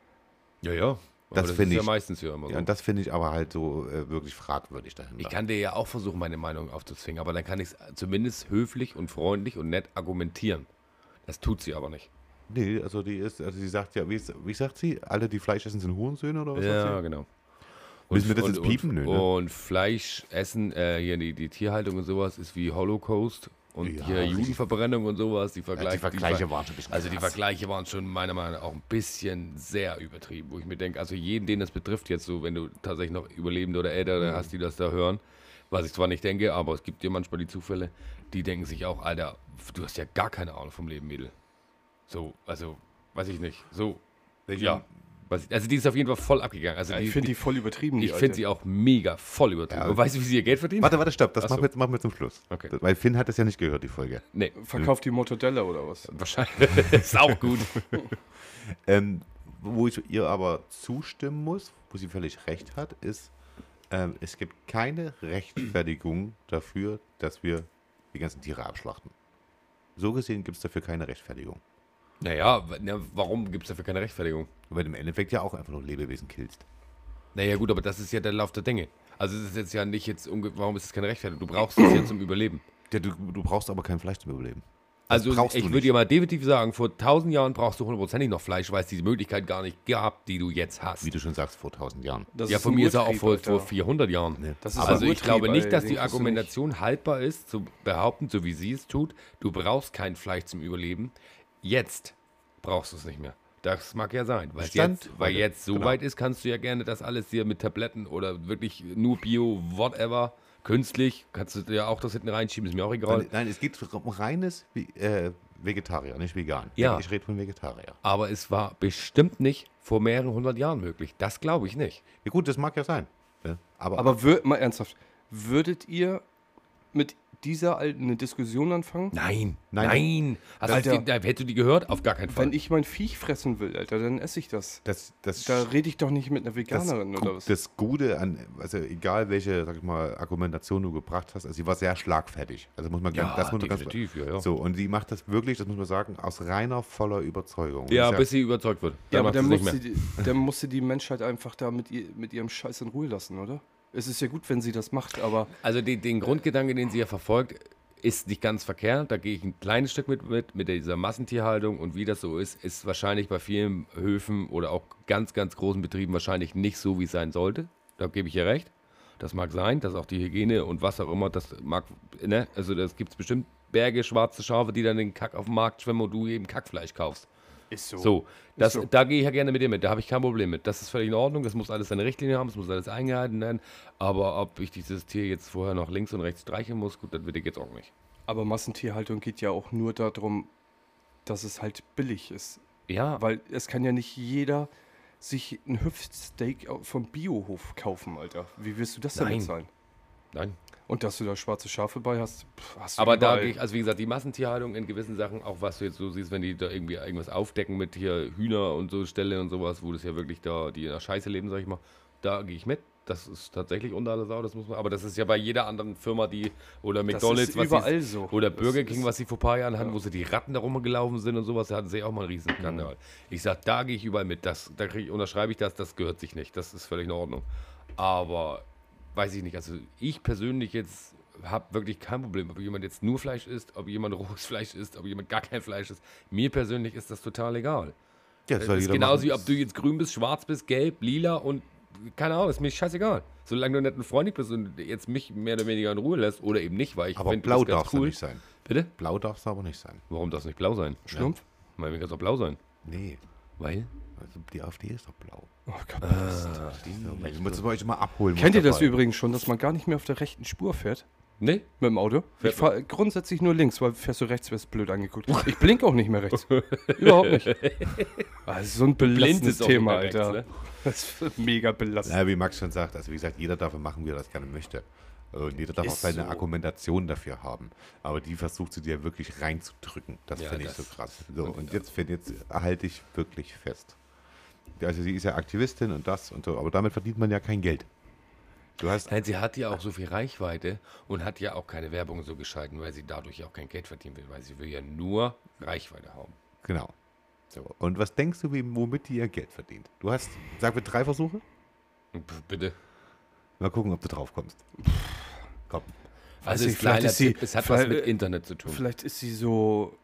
A: ja, ja.
B: Das
A: Aber das
B: finde
A: ist ja
B: ich-
A: meistens ja immer so.
B: Ja, und das finde ich aber halt so äh, wirklich fragwürdig dahinter.
A: Ich kann dir ja auch versuchen, meine Meinung aufzuzwingen, aber dann kann ich es zumindest höflich und freundlich und nett argumentieren. Das tut sie aber nicht.
B: Nee, also die ist, also sie sagt ja, wie, ist- wie sagt sie? Alle, die Fleisch essen, sind Hurensöhne oder was sagt
A: Ja,
B: sie?
A: genau.
B: Müssen wir das jetzt piepen? Nö,
A: Und,
B: ne?
A: und Fleisch essen, äh, hier die, die Tierhaltung und sowas ist wie Holocaust und
B: Ja,
A: hier
B: richtig.
A: Judenverbrennung und sowas. Die Vergleiche,
B: die Vergleiche
A: Ver-
B: waren schon ein bisschen
A: Also die
B: krass.
A: Vergleiche waren schon meiner Meinung nach auch ein bisschen sehr übertrieben, wo ich mir denke, also jeden, den das betrifft jetzt so, wenn du tatsächlich noch Überlebende oder
B: Mhm.
A: Ältere hast, die das da hören, was ich zwar nicht denke, aber es gibt ja manchmal die Zufälle, die denken sich auch, Alter, du hast ja gar keine Ahnung vom Leben, Mädel. So, also, weiß ich nicht. So, ja. Weiß ich- Also die ist auf jeden Fall voll abgegangen. Also
C: Ich finde die voll übertrieben. die
A: ich finde
C: Alte.
A: sie auch mega voll übertrieben. Und weißt du, wie sie ihr Geld verdient?
B: Warte, warte, stopp, das
A: Ach
B: machen,
A: so.
B: wir jetzt, machen wir zum Schluss.
A: Okay.
B: Das- Weil Finn hat das ja nicht gehört, die Folge.
A: Nee,
C: Verkauft die Mortadella oder was?
A: wahrscheinlich. ist auch gut.
B: Ähm, wo ich ihr aber zustimmen muss, wo sie völlig recht hat, ist, ähm, es gibt keine Rechtfertigung dafür, dass wir die ganzen Tiere abschlachten. So gesehen gibt es dafür keine Rechtfertigung.
A: Naja, w- na, warum gibt es dafür keine Rechtfertigung?
B: Weil du im Endeffekt ja auch einfach nur Lebewesen killst.
A: Naja, gut, aber das ist ja der Lauf der Dinge. Also es ist jetzt ja nicht jetzt, unge warum ist es keine Rechtfertigung? Du brauchst es ja zum Überleben.
B: Ja, du, du brauchst aber kein Fleisch zum Überleben.
A: Also
B: brauchst du
A: ich würde
B: nicht.
A: dir mal definitiv sagen, vor tausend Jahren brauchst du hundertprozentig noch Fleisch, weil es diese Möglichkeit gar nicht gab, die du jetzt hast.
B: Wie du schon sagst, vor tausend Jahren.
C: Das
A: ja,
C: ist
A: von
C: ein
A: mir ist auch
C: Urtrieb,
A: vor,
C: Alter.
A: vor 400 Jahren.
C: Das ist ein
A: also ich
C: Urtrieb,
A: glaube nicht,
C: ey,
A: dass
C: den
A: die
C: kriegst du
A: Argumentation haltbar ist, zu behaupten, so wie sie es tut, du brauchst kein Fleisch zum Überleben. Jetzt brauchst du es nicht mehr. Das mag ja sein, weil
B: Stand
A: jetzt, weil
B: heute.
A: jetzt so
B: Genau.
A: weit ist, kannst du ja gerne das alles dir mit Tabletten oder wirklich nur Bio, whatever, künstlich, kannst du ja auch das hinten reinschieben, ist mir auch egal.
B: Nein, nein, es geht um reines Ve- äh, Vegetarier, nicht vegan.
A: Ja.
B: Ich rede von Vegetarier.
A: Aber es war bestimmt nicht vor mehreren hundert Jahren möglich. Das glaube ich nicht.
B: Ja gut, das mag ja sein. ne? Aber,
C: Aber wür mal ernsthaft, würdet ihr mit dieser alten eine Diskussion anfangen?
A: Nein,
B: Nein.
A: nein. Also Hast
C: Alter.
A: du die, hättest du die gehört? Auf gar keinen Fall.
C: Wenn ich mein Viech fressen will, Alter, dann esse ich das.
B: das, das,
C: Da rede ich doch nicht mit einer
B: das,
C: Veganerin
B: Gu-
C: oder was?
B: das Gute an, also egal welche, sag ich mal, Argumentation du gebracht hast, also sie war sehr schlagfertig. Also muss man
A: Ja,
B: das muss man
A: definitiv, ja, ja.
B: So, und sie macht das wirklich, das muss man sagen, aus reiner voller Überzeugung. Und
A: ja,
B: ich sag,
A: bis sie überzeugt wird. Dann
C: ja, aber
A: macht
C: dann
A: sie es
C: muss,
A: nicht mehr.
C: sie, die- dann muss sie die Menschheit einfach da mit, ihr, mit ihrem Scheiß in Ruhe lassen, oder? Es ist ja gut, wenn sie das macht, aber
A: Also den, den Grundgedanke, den sie ja verfolgt, ist nicht ganz verkehrt. Da gehe ich ein kleines Stück mit, mit, mit dieser Massentierhaltung. Und wie das so ist, ist wahrscheinlich bei vielen Höfen oder auch ganz, ganz großen Betrieben wahrscheinlich nicht so, wie es sein sollte. Da gebe ich ihr recht. Das mag sein, dass auch die Hygiene und was auch immer, das mag, ne? Also, das gibt es bestimmt Berge, schwarze Schafe, die dann den Kack auf dem Markt schwimmen und du eben Kackfleisch kaufst.
C: Ist
A: So, das,
C: so.
A: da gehe ich ja gerne mit dir mit. Da habe ich kein Problem mit. Das ist völlig in Ordnung. Das muss alles seine Richtlinie haben. Das muss alles eingehalten werden. Aber ob ich dieses Tier jetzt vorher noch links und rechts streicheln muss, gut, das will ich jetzt auch nicht.
C: Aber Massentierhaltung geht ja auch nur darum, dass es halt billig ist.
A: Ja,
C: Weil es kann ja nicht jeder sich ein Hüftsteak au- vom Biohof kaufen, Alter. Wie wirst du das denn
A: Nein.
C: jetzt sein?
A: nein.
C: Und dass du da schwarze Schafe bei hast, pff, hast du
A: Aber da
C: überall.
A: gehe ich, also wie gesagt, die Massentierhaltung in gewissen Sachen, auch was du jetzt so siehst, wenn die da irgendwie irgendwas aufdecken mit hier Hühner und so Ställe und sowas, wo das ja wirklich da, die in der Scheiße leben, sag ich mal, da gehe ich mit. Das ist tatsächlich unter aller Sau, das muss man, aber das ist ja bei jeder anderen Firma, die, oder
C: Das
A: McDonalds,
C: ist
A: was sie-
C: überall so.
A: Oder
C: Das
A: Burger King,
C: ist-
A: was sie vor ein paar Jahren hatten,
C: Ja.
A: wo sie die Ratten da rumgelaufen sind und sowas, da hatten sie auch mal einen riesen Skandal.
C: Mhm.
A: Ich sag, da gehe ich überall mit. Das, da krieg ich, unterschreibe ich das, das gehört sich nicht. Das ist völlig in Ordnung. Aber weiß ich nicht, also ich persönlich jetzt habe wirklich kein Problem, ob jemand jetzt nur Fleisch isst, ob jemand rohes Fleisch isst, ob jemand gar kein Fleisch isst. Mir persönlich ist das total egal.
B: Ja, das soll
A: Das ist
B: jeder
A: genauso
B: machen.
A: wie ob du jetzt grün bist, schwarz bist, gelb, lila und keine Ahnung, ist mir scheißegal. Solange du nett und freundlich bist und jetzt mich mehr oder weniger in Ruhe lässt oder eben nicht, weil ich
B: aber
A: find,
B: blau
A: du bist ganz
B: darfst du nicht sein.
A: Bitte?
B: Blau darfst du aber nicht sein.
A: Warum darf es nicht blau sein?
C: Schlumpf?
A: Weil mir kann es auch blau sein.
B: Nee,
A: Weil?
B: also die AfD ist doch blau.
C: Oh Gott,
A: Äh,
C: Mist.
A: Ah,
B: Ich muss euch mal abholen.
C: Kennt ihr das
B: Mustafa.
C: übrigens schon, dass man gar nicht mehr auf der rechten Spur fährt?
A: Nee?
C: Mit dem Auto?
A: Fährt
C: ich fahre grundsätzlich nur links, weil fährst du rechts, wirst du blöd angeguckt. Ich blink auch nicht mehr rechts. Überhaupt nicht. Ah, Das ist so ein belastendes
A: ist auch
C: Thema,
A: nicht mehr
C: Alter.
A: rechts, ne?
C: Das ist mega belastend.
B: Ja, wie Max schon sagt, also wie gesagt, jeder darf machen, wie er das gerne möchte. Also, Und jeder darf
C: Ist
B: auch seine
C: so.
B: Argumentation dafür haben. Aber die versucht sie dir wirklich reinzudrücken. Das
A: Ja,
B: finde ich
A: das
B: so krass. So, und jetzt, find- jetzt halte ich wirklich fest. Also sie ist ja Aktivistin und das und so, aber damit verdient man ja kein Geld. Du hast
A: Nein, sie hat ja auch so viel Reichweite und hat ja auch keine Werbung so geschalten, weil sie dadurch ja auch kein Geld verdienen will, weil sie will ja nur Reichweite haben.
B: Genau. So. Und was denkst du, wie- womit die ihr Geld verdient? Du hast, sagen wir, drei Versuche?
A: Pff, bitte.
B: Mal gucken, ob du drauf kommst. Komm.
A: Also
C: nicht,
A: ist kleiner
C: vielleicht ist sie-
A: Tipp, es hat was
C: vielleicht-
A: mit Internet zu tun.
C: Vielleicht ist sie so,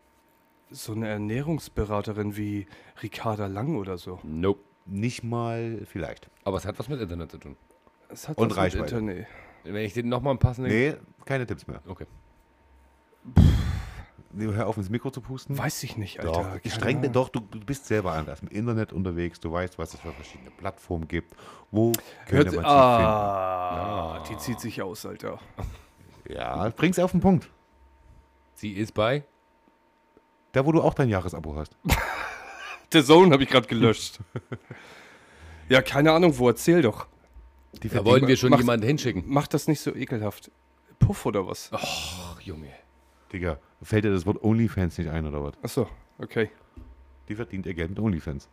C: so eine Ernährungsberaterin wie Ricarda Lang oder so.
A: Nope.
B: Nicht mal vielleicht.
A: Aber es hat was mit Internet zu tun.
C: Es hat
B: Und
C: was mit
B: Reichweite.
C: Internet.
A: Wenn ich den nochmal einen passenden...
B: Nee, keine Tipps mehr.
A: Okay.
B: Nee, Hör auf, ins Mikro zu pusten.
C: Weiß ich nicht, Alter.
B: doch,
C: Keine
B: streng
C: Ahnung.
B: doch, du, du bist selber anders im Internet unterwegs, du weißt, was es für verschiedene Plattformen gibt. Wo
C: Hört,
B: könnte man sie
C: ah, die zieht sich aus, Alter.
B: finden? Ja, bring's auf den Punkt.
A: Sie ist bei...
B: Da, wo du auch dein Jahresabo hast.
C: Der Zone habe ich gerade gelöscht. ja, keine Ahnung, wo erzähl doch.
B: Die
A: Da wollten wir schon
C: macht-
A: jemanden hinschicken.
C: Mach das nicht so ekelhaft. Puff oder was?
A: Ach, Junge.
B: Digga, fällt dir das Wort OnlyFans nicht ein oder was?
C: Achso, okay.
B: Die verdient ihr Geld mit OnlyFans.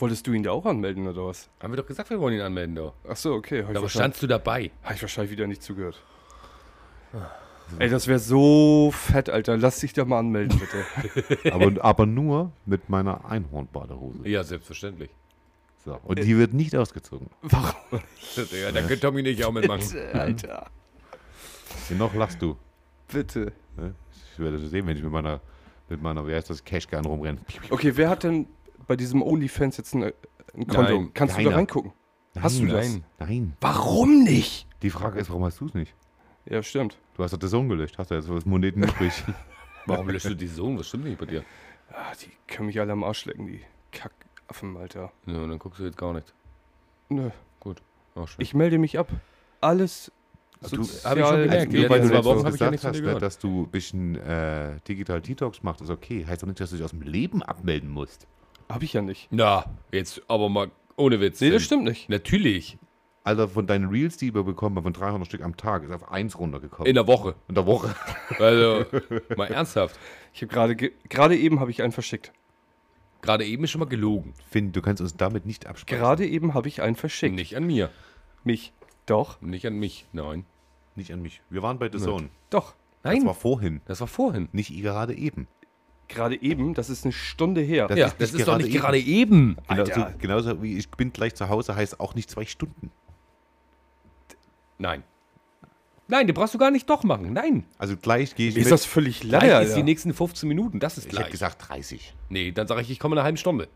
C: Wolltest du ihn da auch anmelden oder was?
A: Haben wir doch gesagt, wir wollen ihn anmelden, doch.
C: Achso, okay. Hab ich,
A: Aber
C: wahrscheinlich,
A: standst du dabei?
C: hab ich wahrscheinlich wieder nicht zugehört.
B: Ah,
C: Ey, das wäre so fett, Alter. Lass dich da mal anmelden, bitte.
B: Aber, aber nur mit meiner Einhornbadehose.
A: Ja, selbstverständlich.
B: So. Und die wird nicht ausgezogen.
C: Warum,
A: Ja, da könnte Tommy nicht auch mitmachen.
C: Alter?
B: Noch lachst du.
C: Bitte.
B: Ne? Ich werde das sehen, wenn ich mit meiner, mit meiner, wie heißt das, Cashgun rumrenne.
C: Okay, wer hat denn bei diesem OnlyFans jetzt ein, äh, ein Konto?
A: Nein,
C: Kannst du
B: keiner.
C: da reingucken? Hast du das?
A: nein.
B: Nein.
C: Warum nicht?
B: Die Frage ist, warum hast du es nicht?
C: Ja, stimmt.
B: Du hast doch das Song gelöscht. Hast du jetzt was Moneten übrig?
A: Warum löscht du die Sohn? Was stimmt nicht bei dir?
C: Ah, die können mich alle am Arsch lecken, die Kackaffen, Alter.
A: Ja, und dann guckst du jetzt gar nicht.
C: Nö,
A: Gut. Auch schön.
C: ich melde mich ab. Alles
B: Du- hab ich schon
C: sozial-
A: gemerkt, die
C: nur weil
A: letzten
C: du
A: zwei
C: letzte
A: Wochen
C: Woche-
A: hab ich ja nichts von
B: gesagt hast,
A: dir
B: ne,
A: gehört.
B: dass du ein bisschen äh, digital Detox machst, ist okay. Heißt doch nicht, dass du dich aus dem Leben abmelden musst.
C: Hab ich ja nicht.
A: Na, jetzt aber mal ohne Witz.
C: Nee, das
A: Finn.
C: stimmt nicht.
A: Natürlich.
B: Alter, von deinen Reels, die wir bekommen haben, von 300 Stück am Tag, ist auf eins runtergekommen.
A: In der Woche.
B: In der Woche.
A: Also, mal ernsthaft.
C: Ich habe gerade ge gerade eben habe ich einen verschickt.
A: Gerade eben ist schon mal gelogen.
B: Finn, du kannst uns damit nicht absprechen.
C: Gerade eben habe ich einen verschickt.
A: Nicht an mir.
C: Mich. Doch.
A: Nicht an mich. Nein.
B: Nicht an mich. Wir waren bei The Zone.
C: Doch.
B: Das
A: Nein.
B: war vorhin.
A: Das war vorhin.
B: Nicht gerade eben.
C: Gerade eben, das ist eine Stunde her.
B: Das
A: ja,
B: ist
A: das
B: nicht
A: ist doch nicht gerade
B: gerade
A: eben.
C: Alter.
B: Genauso, Genau genauso wie ich bin gleich zu Hause heißt auch nicht zwei Stunden.
A: Nein. Nein, den brauchst du gar nicht doch machen. Nein.
B: Also gleich gehe ich
C: Ist
B: mit.
C: das völlig
A: Gleich
C: leier?
A: ist die nächsten 15 Minuten. Das ist
B: ich hätte
A: gleich.
B: gesagt 30.
A: Nee, dann sage ich, ich komme in einer halben Stunde.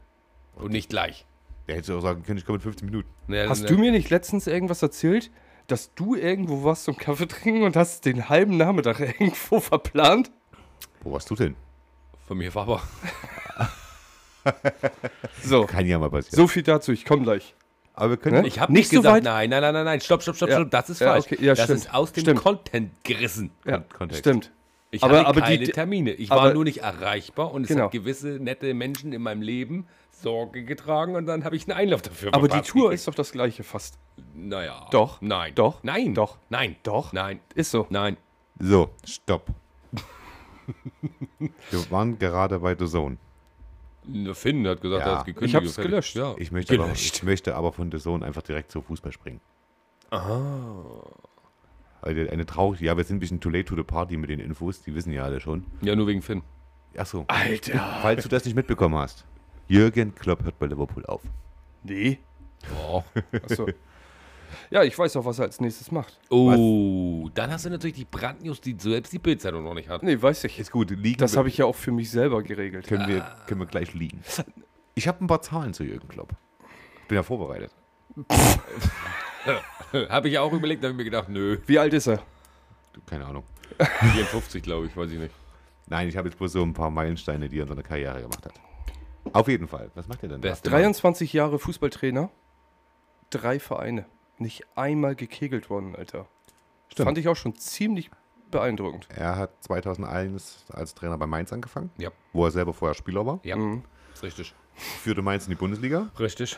A: Und nicht gleich.
B: Der hätte auch sagen können, ich komme in 15 Minuten.
A: Nee,
C: Hast
A: nee.
C: du mir nicht letztens irgendwas erzählt, dass du irgendwo warst zum Kaffee trinken und hast den halben Nachmittag irgendwo verplant?
B: Wo warst du denn?
A: Von mir war aber.
C: So,
B: Kann ja mal passieren.
C: so viel dazu, ich komme gleich.
B: Aber wir können.
A: Ich habe
C: Nicht
A: nicht
C: so
A: gesagt,
C: weit-
A: nein, nein, nein, nein, nein, stopp, stopp, stopp,
C: Ja.
A: stopp, das ist
C: Ja,
A: falsch.
C: okay, ja,
A: das
C: stimmt.
A: ist aus dem
C: Stimmt.
A: Content gerissen.
C: Ja,
B: Kontext.
C: stimmt.
A: Ich
C: Aber-
A: hatte
C: aber die-
A: keine Termine. Ich
C: aber-
A: war nur nicht erreichbar und es
C: Genau.
A: hat gewisse nette Menschen in meinem Leben Sorge getragen und dann habe ich einen Einlauf dafür.
C: Aber die
A: verpasst.
C: Tour ist doch das gleiche fast.
A: Naja.
C: Doch.
A: Nein.
C: Doch.
A: Nein.
C: Doch.
A: Nein.
C: Doch.
A: Nein.
C: Ist so.
A: Nein.
B: So, stopp. wir waren gerade bei The Zone.
A: Na, Finn hat gesagt,
B: Ja.
A: er hat gekündigt.
C: Ich hab's
A: und fertig.
C: gelöscht.
A: Ja.
B: Ich möchte, aber,
A: Gelöscht.
B: ich möchte aber von The Zone einfach direkt zum Fußball springen. Ah. Eine, eine traurige. Ja, wir sind ein bisschen too late to the party mit den Infos. Die wissen ja alle schon.
A: Ja, nur wegen Finn.
B: Achso.
C: Ah. Alter.
B: Falls du das nicht mitbekommen hast. Jürgen Klopp hört bei Liverpool auf.
C: Nee.
A: Boah.
C: Achso. Ja, ich weiß auch, was er als nächstes macht.
A: Oh, dann hast du natürlich die Brandnews, die selbst die Bildzeitung noch nicht hat.
C: Nee, weiß ich.
B: Ist gut, liegen
C: Das
B: wir-
C: habe ich Ah. ja auch für mich selber geregelt.
B: können, wir, können wir gleich liegen. Ich habe ein paar Zahlen zu Jürgen Klopp. Bin ja vorbereitet.
A: Habe ich auch überlegt, habe ich mir gedacht, nö.
C: Wie alt ist er?
B: Du, keine Ahnung.
A: 54, glaube ich, weiß ich nicht.
B: Nein, ich habe jetzt bloß so ein paar Meilensteine, die er in seiner Karriere gemacht hat. Auf jeden Fall. Was macht er denn? da?
A: Beste.
C: 23 Jahre Fußballtrainer. Drei Vereine. Nicht einmal gekegelt worden, Alter.
B: Stimmt.
C: Fand ich auch schon ziemlich beeindruckend.
B: Er hat 2001 als Trainer bei Mainz angefangen,
A: Ja,
B: wo er selber vorher Spieler war.
A: ja.
C: Mhm.
A: Ist richtig.
B: Führte Mainz in die Bundesliga.
A: Richtig.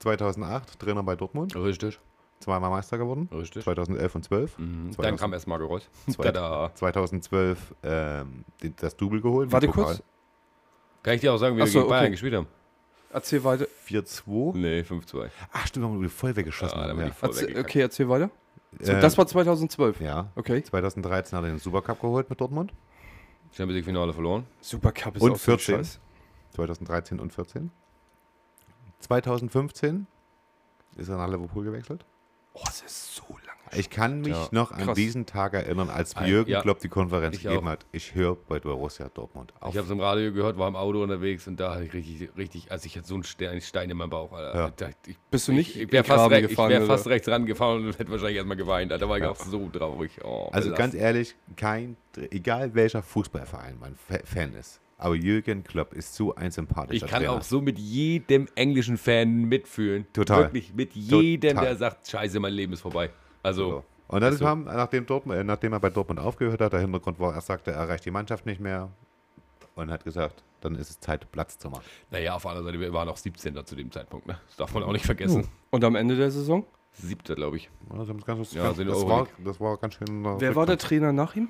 B: 2008 Trainer bei Dortmund.
A: Richtig.
B: Zweimal Meister geworden.
A: Richtig. Mhm.
B: 2011 und 12.
A: Dann kam erstmal Geräusch. Tada.
B: 2012 ähm, den- das Double geholt.
C: Warte
B: den Pokal.
C: kurz.
A: Kann ich dir auch sagen, wie
C: Ach
A: wir
C: so,
A: gegen Bayern
C: okay.
A: gespielt haben?
C: Erzähl weiter.
B: 4-2.
A: Nee, 5-2.
B: Ach, stimmt, wir haben die voll weggeschossen.
A: Ah, Mhm. da haben wir die voll
C: Erzähl,
A: weggekackt.
C: okay, erzähl weiter.
B: Ähm,
C: das war 2012.
B: ja.
C: Okay.
B: 2013 hat er den Supercup geholt mit Dortmund.
A: Champions League Finale verloren.
C: Supercup ist
B: Und
C: auch so ein
B: 14.
C: Scheiß.
B: 2013 und 14. 2015 ist er nach Liverpool gewechselt.
C: Oh, das ist so lange.
B: Ich kann mich
A: Ja.
B: noch an
C: Krass.
B: diesen Tag erinnern, als
A: Ein-
B: Jürgen
A: ja.
B: Klopp die Konferenz
A: Ich
B: gegeben
A: auch.
B: hat. Ich höre bei Borussia Dortmund auf.
A: Ich habe es im Radio gehört, war im Auto unterwegs und da hatte ich richtig, richtig, also ich hatte so einen Stein, Stein in meinem Bauch, Alter.
B: Ja.
A: Ich dachte, Ich,
C: Bist du nicht
A: ich wäre
C: in den
A: fast,
C: Graben
A: re ich wär
C: oder?
A: fast rechts rangefahren und hätte wahrscheinlich erstmal geweint. Alter, Da war ich auch so traurig. Oh,
B: also
A: belastend.
B: ganz ehrlich, kein, egal welcher Fußballverein man Fa- Fan ist, aber Jürgen Klopp ist so ein sympathischer
A: Ich kann
B: Trainer.
A: auch so mit jedem englischen Fan mitfühlen.
B: Total.
A: Wirklich mit jedem,
B: Total.
A: der sagt, scheiße, mein Leben ist vorbei. Also,
B: So. Und dann
A: Ist so.
B: kam, nachdem, Dortmund, äh, nachdem er bei Dortmund aufgehört hat, der Hintergrund war, er sagte, er erreicht die Mannschaft nicht mehr und hat gesagt, dann ist es Zeit, Platz zu machen.
A: naja, auf der anderen Seite, wir waren auch 17. zu dem Zeitpunkt. Ne? Das darf man auch nicht vergessen.
B: Uh.
C: Und am Ende der Saison?
A: Siebter, glaube ich.
B: Ja, Das, haben sie ganz,
A: Ja,
B: ganz,
A: also in der
B: das, war,
A: Euroleague.
B: das war ganz schön.
C: Wer war der Trainer nach ihm?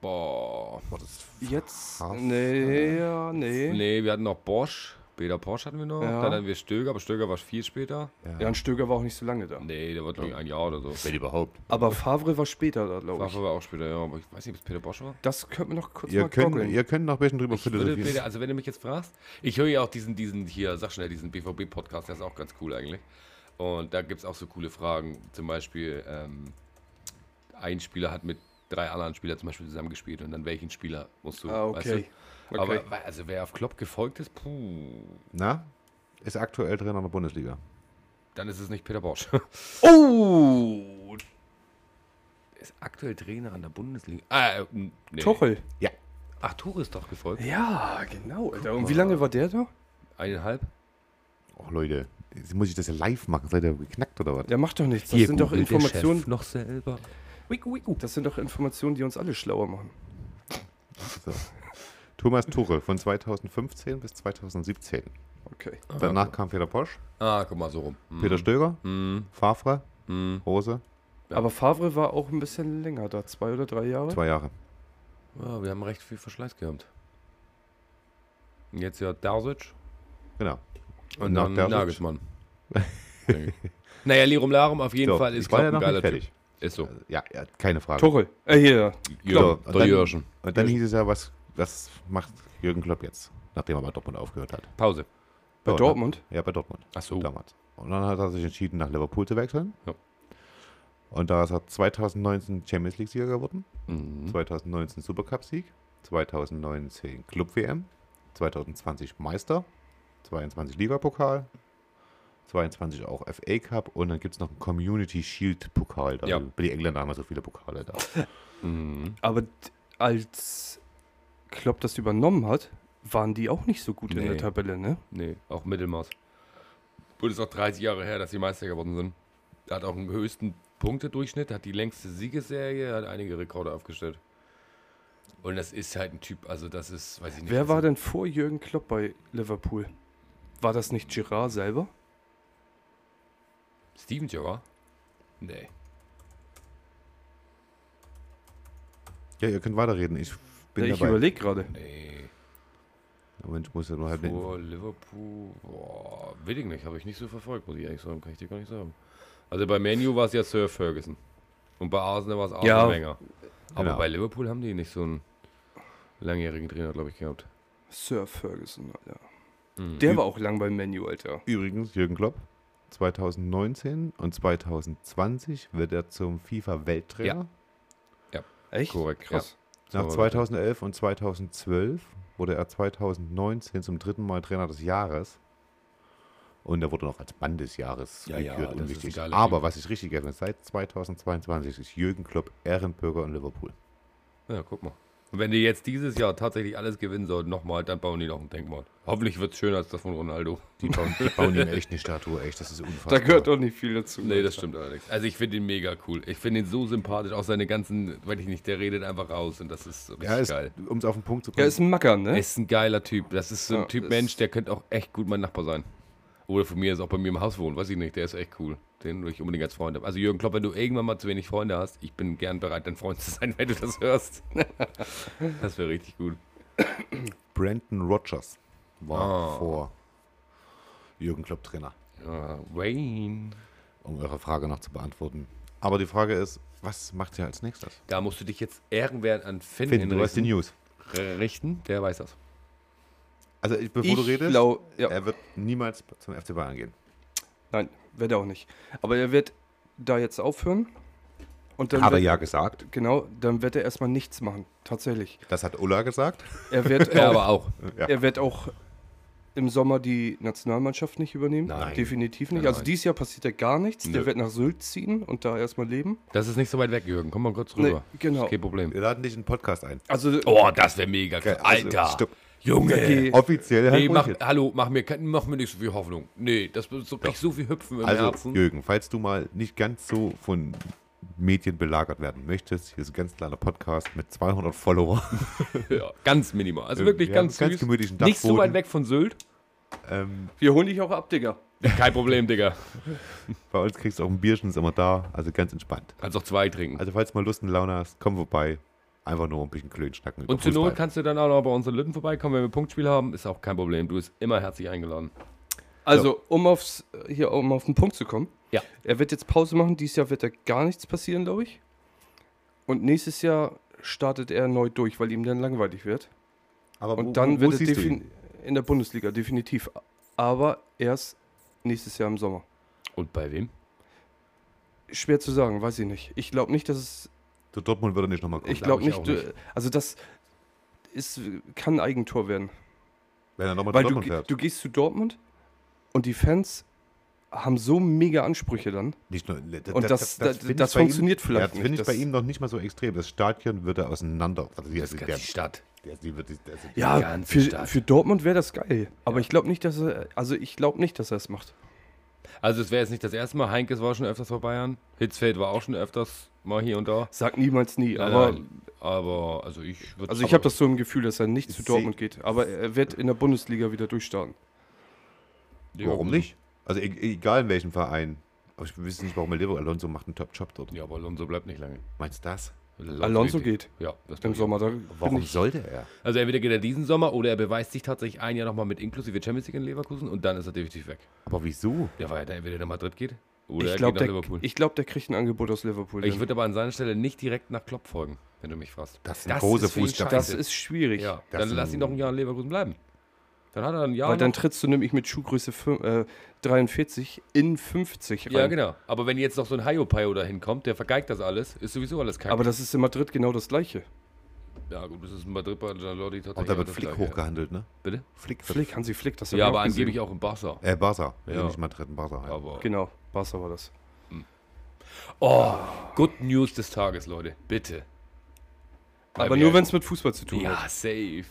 A: Boah.
B: Boah, das ist
C: Jetzt?
B: Haff-
C: Nee, ja, nee.
A: Nee, wir hatten noch Bosch. Peter Bosch hatten wir noch.
C: Ja.
A: Dann hatten wir Stöger, aber Stöger war viel später.
C: Jan Stöger war auch nicht so lange da.
A: Nee, der war, glaube ich, ein Jahr oder so.
B: Wenn überhaupt.
C: Aber Favre war später da, glaube
A: Waffe
C: ich.
A: war auch später, ja. Aber ich weiß nicht, ob es Peter Bosch war.
C: Das könnten wir noch kurz
B: Ihr
C: mal
B: könnt,
C: googeln.
B: ihr könnt noch ein bisschen drüber
A: Ich würde,
B: philosophieren.
A: Peter, also wenn du mich jetzt fragst, ich höre ja auch diesen, diesen hier, sag schnell, diesen BVB-Podcast, der ist auch ganz cool eigentlich. Und da gibt es auch so coole Fragen. Zum Beispiel, ähm, ein Spieler hat mit drei anderen Spielern zum Beispiel zusammengespielt und dann welchen Spieler musst du,
C: Ah, okay.
A: du?
C: Okay.
A: Aber also wer auf Klopp gefolgt ist, puh,
B: Na? Ist aktuell Trainer der Bundesliga.
A: dann ist es nicht Peter Bosch.
C: Oh!
A: Der ist aktuell Trainer an der Bundesliga. Ah, äh, nee.
C: Tuchel.
B: Ja.
A: Ach, Tuchel ist doch gefolgt.
C: Ja, genau. Alter. Und wie lange war der da?
A: Eineinhalb?
B: Och Leute, jetzt muss ich das ja live machen. Seid ihr geknackt oder was?
C: Der macht doch nichts. Das
A: Hier
C: sind doch
A: googelt der
C: Informationen.
A: Chef noch selber. Wiku, wiku.
C: Das sind doch Informationen, die uns alle schlauer machen.
B: So. Thomas Tuchel von 2015 bis 2017.
C: Okay.
B: Danach kam Peter Posch,
A: Ah, guck mal so rum. Hm.
B: Peter Stöger, Favre, Rose,
C: Aber Favre war auch ein bisschen länger da, zwei oder drei Jahre.
B: zwei Jahre.
A: Ja, wir haben recht viel Verschleiß gehabt. Und Jetzt ja Darsic
B: Genau.
A: und
B: Nach
A: dann
B: Terzic.
A: Nagelsmann. Denke ich. naja, Lirum Larum auf jeden
B: So,
A: Fall ist
B: ich war
A: Klopp
B: ja
A: ein
B: noch
A: geiler
B: nicht
A: Typ.
B: fertig. Also,
A: Ist so.
B: Ja, ja, keine Frage.
C: Tuchel. Äh, hier.
A: Klopp,
B: und
A: der
B: dann-
A: Jürgen.
B: Und dann hieß es ja, was, was macht Jürgen Klopp jetzt, nachdem er bei Dortmund aufgehört hat?
A: Pause.
C: Bei
A: ne?
B: Ja, und-
C: Dortmund?
B: Ja, bei Dortmund.
A: Ach so.
B: damals. Und dann hat er sich entschieden, nach Liverpool zu wechseln.
A: Ja.
B: Und da ist er 2019 Champions League-Sieger geworden,
A: Mhm.
B: 2019 Supercup-Sieg, 2019 Club-WM, 2020 Meister, 22 Ligapokal, 22 auch FA Cup und dann gibt es noch einen Community Shield-Pokal.
A: Ja.
B: Ja. Die Engländer haben ja so viele Pokale da.
A: Mhm.
C: Aber d- als Klopp das übernommen hat, waren die auch nicht so gut in
A: Nee.
C: der Tabelle, ne?
A: Nee, auch Mittelmaß. Und es ist auch 30 Jahre her, dass sie Meister geworden sind. Er hat auch den höchsten Punktedurchschnitt, hat die längste Siegesserie, hat einige Rekorde aufgestellt. Und das ist halt ein Typ, also das ist, weiß ich nicht.
C: Wer
A: was
C: war
A: ist-
C: denn vor Jürgen Klopp bei Liverpool? War das nicht Girard selber?
A: Steven Gerrard? Nee.
B: Ja, ihr könnt weiterreden. Ich bin
C: ich
B: dabei.
C: überlege gerade.
A: Nee.
B: Moment, ich muss ja nur halt den-
A: Vor Liverpool, boah, will ich nicht, habe ich nicht so verfolgt, muss ich ehrlich sagen, kann ich dir gar nicht sagen. Also bei Manu war es ja Sir Ferguson. Und bei Arsenal war es Arsene
C: Ja.
A: Wenger. Aber
B: Genau.
A: bei Liverpool haben die nicht so einen langjährigen Trainer, glaube ich, gehabt.
C: Sir Ferguson, Alter.
A: Mhm.
C: Der war auch lang beim Menu, Alter.
B: Übrigens, Jürgen Klopp, 2019 und 2020 wird er zum FIFA-Welttrainer.
C: Echt?
A: Korrekt,
C: Krass.
A: Ja.
B: Nach 2011 und 2012 wurde er 2019 zum dritten Mal Trainer des Jahres. Und er wurde noch als Mann des Jahres
A: Ja, ja,
B: gekürt.
A: das ist
B: unwichtig.
A: ein geiler
B: Aber
A: Typ.
B: was ich richtig gerne seit 2022 ist Jürgen Klopp Ehrenbürger in Liverpool.
A: Ja, guck mal. Und wenn die jetzt dieses Jahr tatsächlich alles gewinnen sollten, nochmal, dann bauen die noch ein Denkmal. Hoffentlich wird es schöner als das von Ronaldo.
B: Die bauen, die bauen ihm echt eine Statue, echt, das ist
C: Da
B: unfassbar.
C: gehört auch nicht viel dazu. ne?
A: Nee, das stimmt allerdings. Also ich finde ihn mega cool. Ich finde ihn so sympathisch. Auch seine ganzen, weiß ich nicht, der redet einfach raus und das ist so richtig
B: ja, ist,
A: geil.
B: um es auf den Punkt zu bringen.
C: Er ist ein Macker, ne?
A: Er ist ein geiler Typ. Das ist so ein
C: Ja,
A: Typ
C: das-
A: Mensch, der könnte auch echt gut mein Nachbar sein. Oder von mir ist auch bei mir im Haus wohnt, weiß ich nicht. Der ist echt cool. Den will ich unbedingt als Freund haben. Also Jürgen Klopp, wenn du irgendwann mal zu wenig Freunde hast, ich bin gern bereit, dein Freund zu sein, wenn du das hörst. das wäre richtig gut.
B: Brandon Rogers war
A: Ah.
B: vor Jürgen Klopp Trainer,
A: Ja, Wayne.
B: um eure Frage noch zu beantworten. Aber die Frage ist, was macht ihr als nächstes?
A: Da musst du dich jetzt ehrenwert an Finn,
B: Finn, du hast die
A: hinrichten.
B: News.
A: richten. Der weiß das.
B: Also ich, bevor
C: ich
B: du redest,
C: glaub- ja.
B: er wird niemals zum FC Bayern gehen.
C: Nein, wird er auch nicht. Aber er wird da jetzt aufhören. Und dann
B: Hat er
C: wird,
B: ja gesagt.
C: Genau, dann wird er erstmal nichts machen. Tatsächlich.
B: Das hat Ulla gesagt.
C: Er wird,
A: Er
C: auch,
A: aber auch.
B: Ja.
C: er wird auch im Sommer die Nationalmannschaft nicht übernehmen.
A: Nein.
C: Definitiv nicht.
A: Nein,
C: Also
A: nein.
C: dieses Jahr passiert ja gar nichts.
A: Nö.
C: Der wird nach Sylt ziehen und da erstmal leben.
A: Das ist nicht so weit weg, Jürgen. Komm mal kurz rüber.
C: Nee, genau.
A: Ist kein Problem.
B: Wir laden dich in den Podcast ein.
C: Also
A: Oh, das wäre mega krass.
B: Äh, Also,
A: Alter.
B: stopp.
A: Junge.
C: Okay.
B: Offiziell
A: Nee,
B: halt
A: mach,
B: ruhig jetzt.
A: hallo, mach mir, kein- mach mir nicht so viel Hoffnung. Nee, das ist so, nicht so viel Hüpfen im
B: Also,
A: Herzen.
B: Jürgen, falls du mal nicht ganz so von Medien belagert werden möchtest, hier ist ein ganz kleiner Podcast mit 200 Follower.
A: Ja, ganz minimal. Also wirklich
B: Wir haben
A: ganz
B: einen ganz
A: süß.
B: gemütlichen
A: Nicht so
B: Dachboden.
A: weit weg von Sylt.
B: ähm,
C: wir holen dich auch ab, Digga.
A: Kein Problem, Digga.
B: bei uns kriegst du auch ein Bierchen, ist immer da. Also ganz entspannt.
A: Kannst auch zwei trinken.
B: Also, falls du mal Lust und Laune hast, komm vorbei. Einfach nur ein bisschen Klön schnacken. über
A: Und zur
B: Fußball.
A: Not kannst du dann auch noch bei uns in Lütten vorbeikommen, wenn wir Punktspiel haben. Ist auch kein Problem. Du bist immer herzlich eingeladen.
C: Also, um aufs hier um auf den Punkt zu kommen.
A: Ja.
C: Er wird jetzt Pause machen. Dieses Jahr wird da gar nichts passieren, glaube ich. Und nächstes Jahr startet er neu durch, weil ihm dann langweilig wird.
B: Aber
C: Und
B: wo-
C: dann
B: wo-
C: wird
B: wo
C: es
B: siehst du
C: defin-
B: ihn?
C: in der Bundesliga definitiv. Aber erst nächstes Jahr im Sommer.
A: Und bei wem?
C: Schwer zu sagen, weiß ich nicht. Ich glaube nicht, dass es.
B: Zu Dortmund wird er nicht nochmal kommen.
C: Ich
A: glaub
C: glaube
A: ich
C: nicht,
A: auch
C: du- Also das ist, kann ein Eigentor werden.
B: wenn er nochmal zu
C: Weil du,
B: Dortmund
C: ge-
A: halt.
B: fährt.
C: du gehst zu Dortmund und die Fans haben so mega Ansprüche dann.
B: Nicht nur, und
C: das- das-
B: find
C: das
B: ich bei
C: funktioniert
B: ihm,
C: vielleicht
B: Das finde
C: nicht,
B: ich bei
C: das-
B: ihm noch nicht mal so extrem. Das Stadion wird er auseinander. Also die, also der,
A: die Stadt.
B: der, die wird, die- also die-
A: Ja,
C: Ja,
A: ganze
C: für,
A: Stadt.
C: für Dortmund wäre das geil. Aber ich glaube nicht, dass er. Also ich glaube nicht, dass er es macht.
A: Also es wäre jetzt nicht das erste Mal. Heinkes war schon öfters bei Bayern. Hitzfeld war auch schon öfters mal hier und da.
C: Sag niemals nie.
A: Nein,
C: aber
A: nein. aber also ich würde
C: also ich habe das so im Gefühl, dass er nicht zu
B: Ich
C: Dortmund geht. Aber er wird in der Bundesliga wieder durchstarten.
B: warum nicht? Also e egal in welchem Verein. Aber ich weiß nicht, warum Levo Alonso macht einen Top-Job dort.
A: Ja, aber Alonso bleibt nicht lange.
B: Meinst du das?
C: Alonso geht.
A: Ja, das glaub
C: Im
A: ich.
C: Sommer. Da
B: Warum
C: bin ich,
B: sollte er?
A: Also entweder geht er diesen Sommer oder er beweist sich tatsächlich ein Jahr nochmal mit inklusive Champions League in Leverkusen und dann ist er definitiv weg.
B: Aber wieso?
A: Ja, weil er dann entweder nach Madrid geht oder
C: ich
A: er
C: glaube,
A: geht nach
C: der,
A: Liverpool. Ich,
C: ich glaub, der kriegt ein Angebot aus Liverpool. dann.
A: würde aber an seiner Stelle nicht direkt nach Klopp folgen, wenn du mich fragst.
B: Das sind große
A: ist für ihn
B: Fußstapfen.
C: das
A: scheiße.
C: ist schwierig.
A: ja,
B: das
A: dann
B: sind-
A: lass ihn noch ein Jahr in Leverkusen bleiben. Dann hat er ein Jahr.
C: Weil dann
A: noch-
C: trittst du nämlich mit Schuhgröße fün- äh, 43 in 50 rein.
A: ja, genau. Aber wenn jetzt noch so ein Haiopaio da hinkommt, der vergeigt das alles, ist sowieso alles kacke.
C: Aber das ist in Madrid genau das Gleiche.
A: ja, gut, das ist ein Madrid bei Gianlotti tatsächlich.
B: Und da
A: auch
B: wird
A: das
B: Flick
A: Gleiche.
B: hochgehandelt, ne?
A: Bitte?
B: Flick. wird-
C: Flick, Hansi Flick, das hab
A: Ja,
C: ich
A: aber
C: auch gesehen.
A: angeblich auch im Barca.
B: Äh, Barca. Ja.
A: Ja.
B: Nicht Madrid, Barca. Ja.
A: Aber.
C: Genau, Barca war das.
A: Oh, Good News des Tages, Leute. Bitte.
C: aber nur, wenn es mit Fußball zu tun hat.
A: Ja, safe.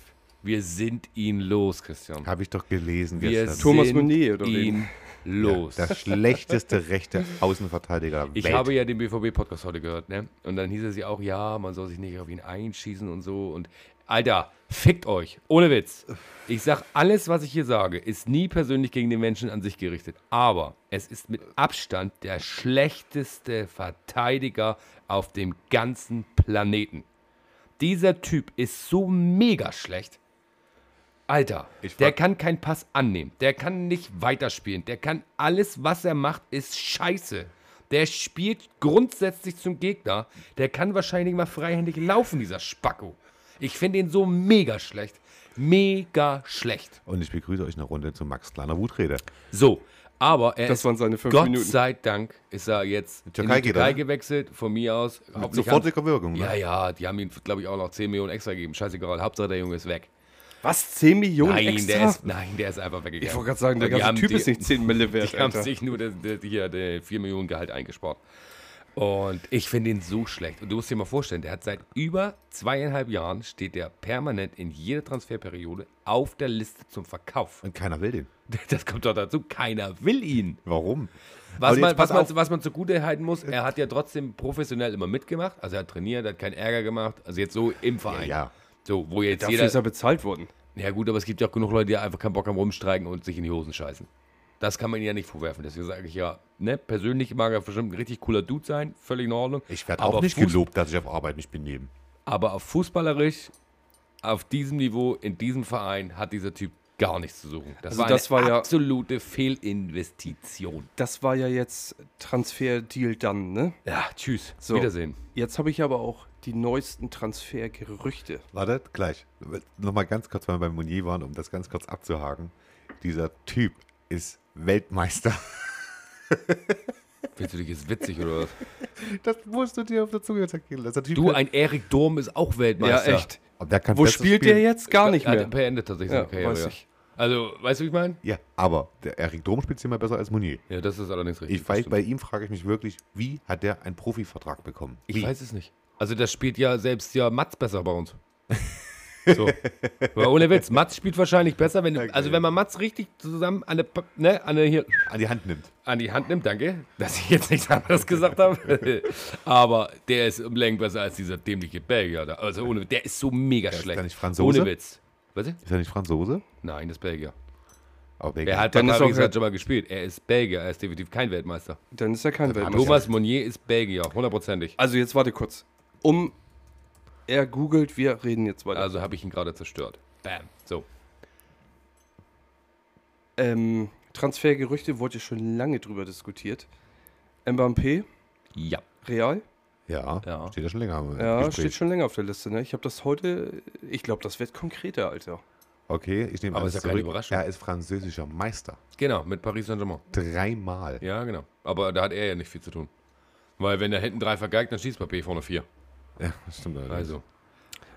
A: Wir sind ihn los, Christian.
B: Habe ich doch gelesen
A: Wir
B: gestern.
C: Thomas
A: sind
C: Meunier, oder wen?
A: ihn los.
B: Der schlechteste rechte Außenverteidiger der
A: ich
B: Welt.
A: habe ja den BVB-Podcast heute gehört, ne? Und dann hieß es ja auch, ja, man soll sich nicht auf ihn einschießen und so. Und Alter, fickt euch. Ohne Witz. Ich sag, alles, was ich hier sage, ist nie persönlich gegen den Menschen an sich gerichtet. Aber es ist mit Abstand der schlechteste Verteidiger auf dem ganzen Planeten. Dieser Typ ist so mega schlecht. Alter,
B: Ich frag-
A: der kann keinen Pass annehmen. Der kann nicht weiterspielen. Der kann alles, was er macht, ist scheiße. Der spielt grundsätzlich zum Gegner. Der kann wahrscheinlich mal freihändig laufen, dieser Spacko. Ich finde ihn so mega schlecht. Mega schlecht.
B: Und ich begrüße euch eine Runde zu Max kleiner Wutrede.
A: So, aber er
C: Das
A: ist,
C: waren seine fünf
A: Gott
C: Minuten.
A: sei Dank ist er jetzt in die
B: Türkei
A: Türkei,
B: geht er, ne?
A: gewechselt. Von mir aus.
B: Mit
A: Hauptsächlich haben-
B: sofortiger Wirkung. Ne?
A: Ja, ja, die haben ihm, glaube ich, auch noch 10 Millionen extra gegeben. Scheißegal, Hauptsache der Junge ist weg.
C: Was? 10 Millionen
A: Nein,
C: extra?
A: der ist, nein, der ist einfach weggegangen.
C: ich wollte gerade sagen, der
A: Und die
C: ganze
A: haben
C: Typ
A: die,
C: ist nicht 10 Mille wert,
A: Die haben
C: Alter.
A: sich nur das, das, hier der 4 Millionen Gehalt eingespart. Und ich finde ihn so schlecht. Und du musst dir mal vorstellen, der hat seit über zweieinhalb Jahren steht der permanent in jeder Transferperiode auf der Liste zum Verkauf.
B: Und keiner will den.
A: Das kommt doch dazu, keiner will ihn.
B: Warum? Aber
C: Also
A: Was man,
B: jetzt pass
A: was, man,
B: auf.
A: was man zugute halten muss, er hat ja trotzdem professionell immer mitgemacht. Also er hat trainiert, er hat keinen Ärger gemacht. Also jetzt so im Verein.
B: ja.
A: So, wo jetzt
C: Dafür
A: jeder.
C: ist er bezahlt worden.
A: Ja gut, aber es gibt ja auch genug Leute, die einfach keinen Bock haben, rumstreiken und sich in die Hosen scheißen. Das kann man ihnen ja nicht vorwerfen. Deswegen sage ich ja, ne, persönlich mag er bestimmt ein richtig cooler Dude sein, völlig in Ordnung.
B: Ich werde
A: Aber
B: auch nicht
A: Fuß-
B: gelobt, dass ich auf Arbeit nicht benehme.
A: Aber auf fußballerisch, auf diesem Niveau, in diesem Verein, hat dieser Typ gar nichts zu suchen. Das
C: Also
A: war
C: das
A: eine
C: war ja-
A: absolute Fehlinvestition.
C: Das war ja jetzt Transfer-Deal dann, ne?
A: Ja, tschüss.
C: So.
A: Wiedersehen.
C: Jetzt habe ich aber auch die neuesten Transfergerüchte.
B: Warte, gleich. Nochmal ganz kurz, weil wir bei Monier waren, um das ganz kurz abzuhaken. Dieser Typ ist Weltmeister.
A: Findest du dich jetzt witzig oder was?
B: Das musst du dir auf der Zunge zergehen lassen. Der Typ
A: Du,
B: kann-
A: ein Erik Durm ist auch Weltmeister.
B: Aber der kann
C: Wo
B: besser
C: spielt
B: spielen.
C: der jetzt? Gar nicht
A: Er
C: mehr.
A: hat beendet tatsächlich
C: Ja,
A: seine Karriere.
C: weiß
A: ja.
C: ich.
A: Also, weißt du, wie ich meine?
B: Ja, aber der Erik Dom spielt immer besser als Monier.
A: Ja, das ist allerdings richtig.
B: Ich
A: das
B: weiß,
A: stimmt.
B: bei ihm frage ich mich wirklich, wie hat der einen Profivertrag bekommen?
A: Ich
B: wie?
A: weiß es nicht. Also das spielt ja selbst ja Mats besser bei uns. So. Aber ohne Witz, Mats spielt wahrscheinlich besser, wenn du, also wenn man Mats richtig zusammen an der, Pa- ne, an, der hier,
B: An die Hand nimmt.
A: an die Hand nimmt, danke, dass ich jetzt nichts anderes gesagt habe. Aber der ist um Längen besser als dieser dämliche Belgier da. Also ohne der ist so mega
B: ist
A: schlecht.
B: ja nicht Franzose?
A: Ohne Witz. Was?
B: Ist er nicht Franzose?
A: Nein, das ist Belgier.
B: Aber wegen-
A: Er hat
C: Dann
A: bei
C: ist
A: Paris
C: auch-
A: hat schon mal gespielt. Er ist Belgier, er ist definitiv kein Weltmeister.
C: Dann ist er kein Weltmeister.
A: Thomas Monnier ist Belgier, hundertprozentig.
C: Also jetzt warte kurz. Um er googelt, wir reden jetzt weiter.
A: Also habe ich ihn gerade zerstört. Bam. So.
C: Ähm, Transfergerüchte wurde schon lange drüber diskutiert. Mbappé,
A: Ja.
C: Real.
B: ja,
A: Ja.
B: steht ja schon länger. im
C: Ja,
B: Gespräch.
C: steht schon länger auf der Liste. Ne? Ich habe das heute. Ich glaube, das wird konkreter, Alter.
B: Okay, ich nehme
A: Aber
B: alles
A: ist ja keine
B: zurück.
A: Überraschung.
B: Er ist französischer Meister.
A: Genau, mit Paris Saint-Germain.
B: Dreimal.
A: Ja, genau. Aber da hat er ja nicht viel zu tun. Weil wenn da hinten drei vergeigt, dann schießt Papier vorne vier.
B: Ja, das stimmt. allerdings.
A: Also.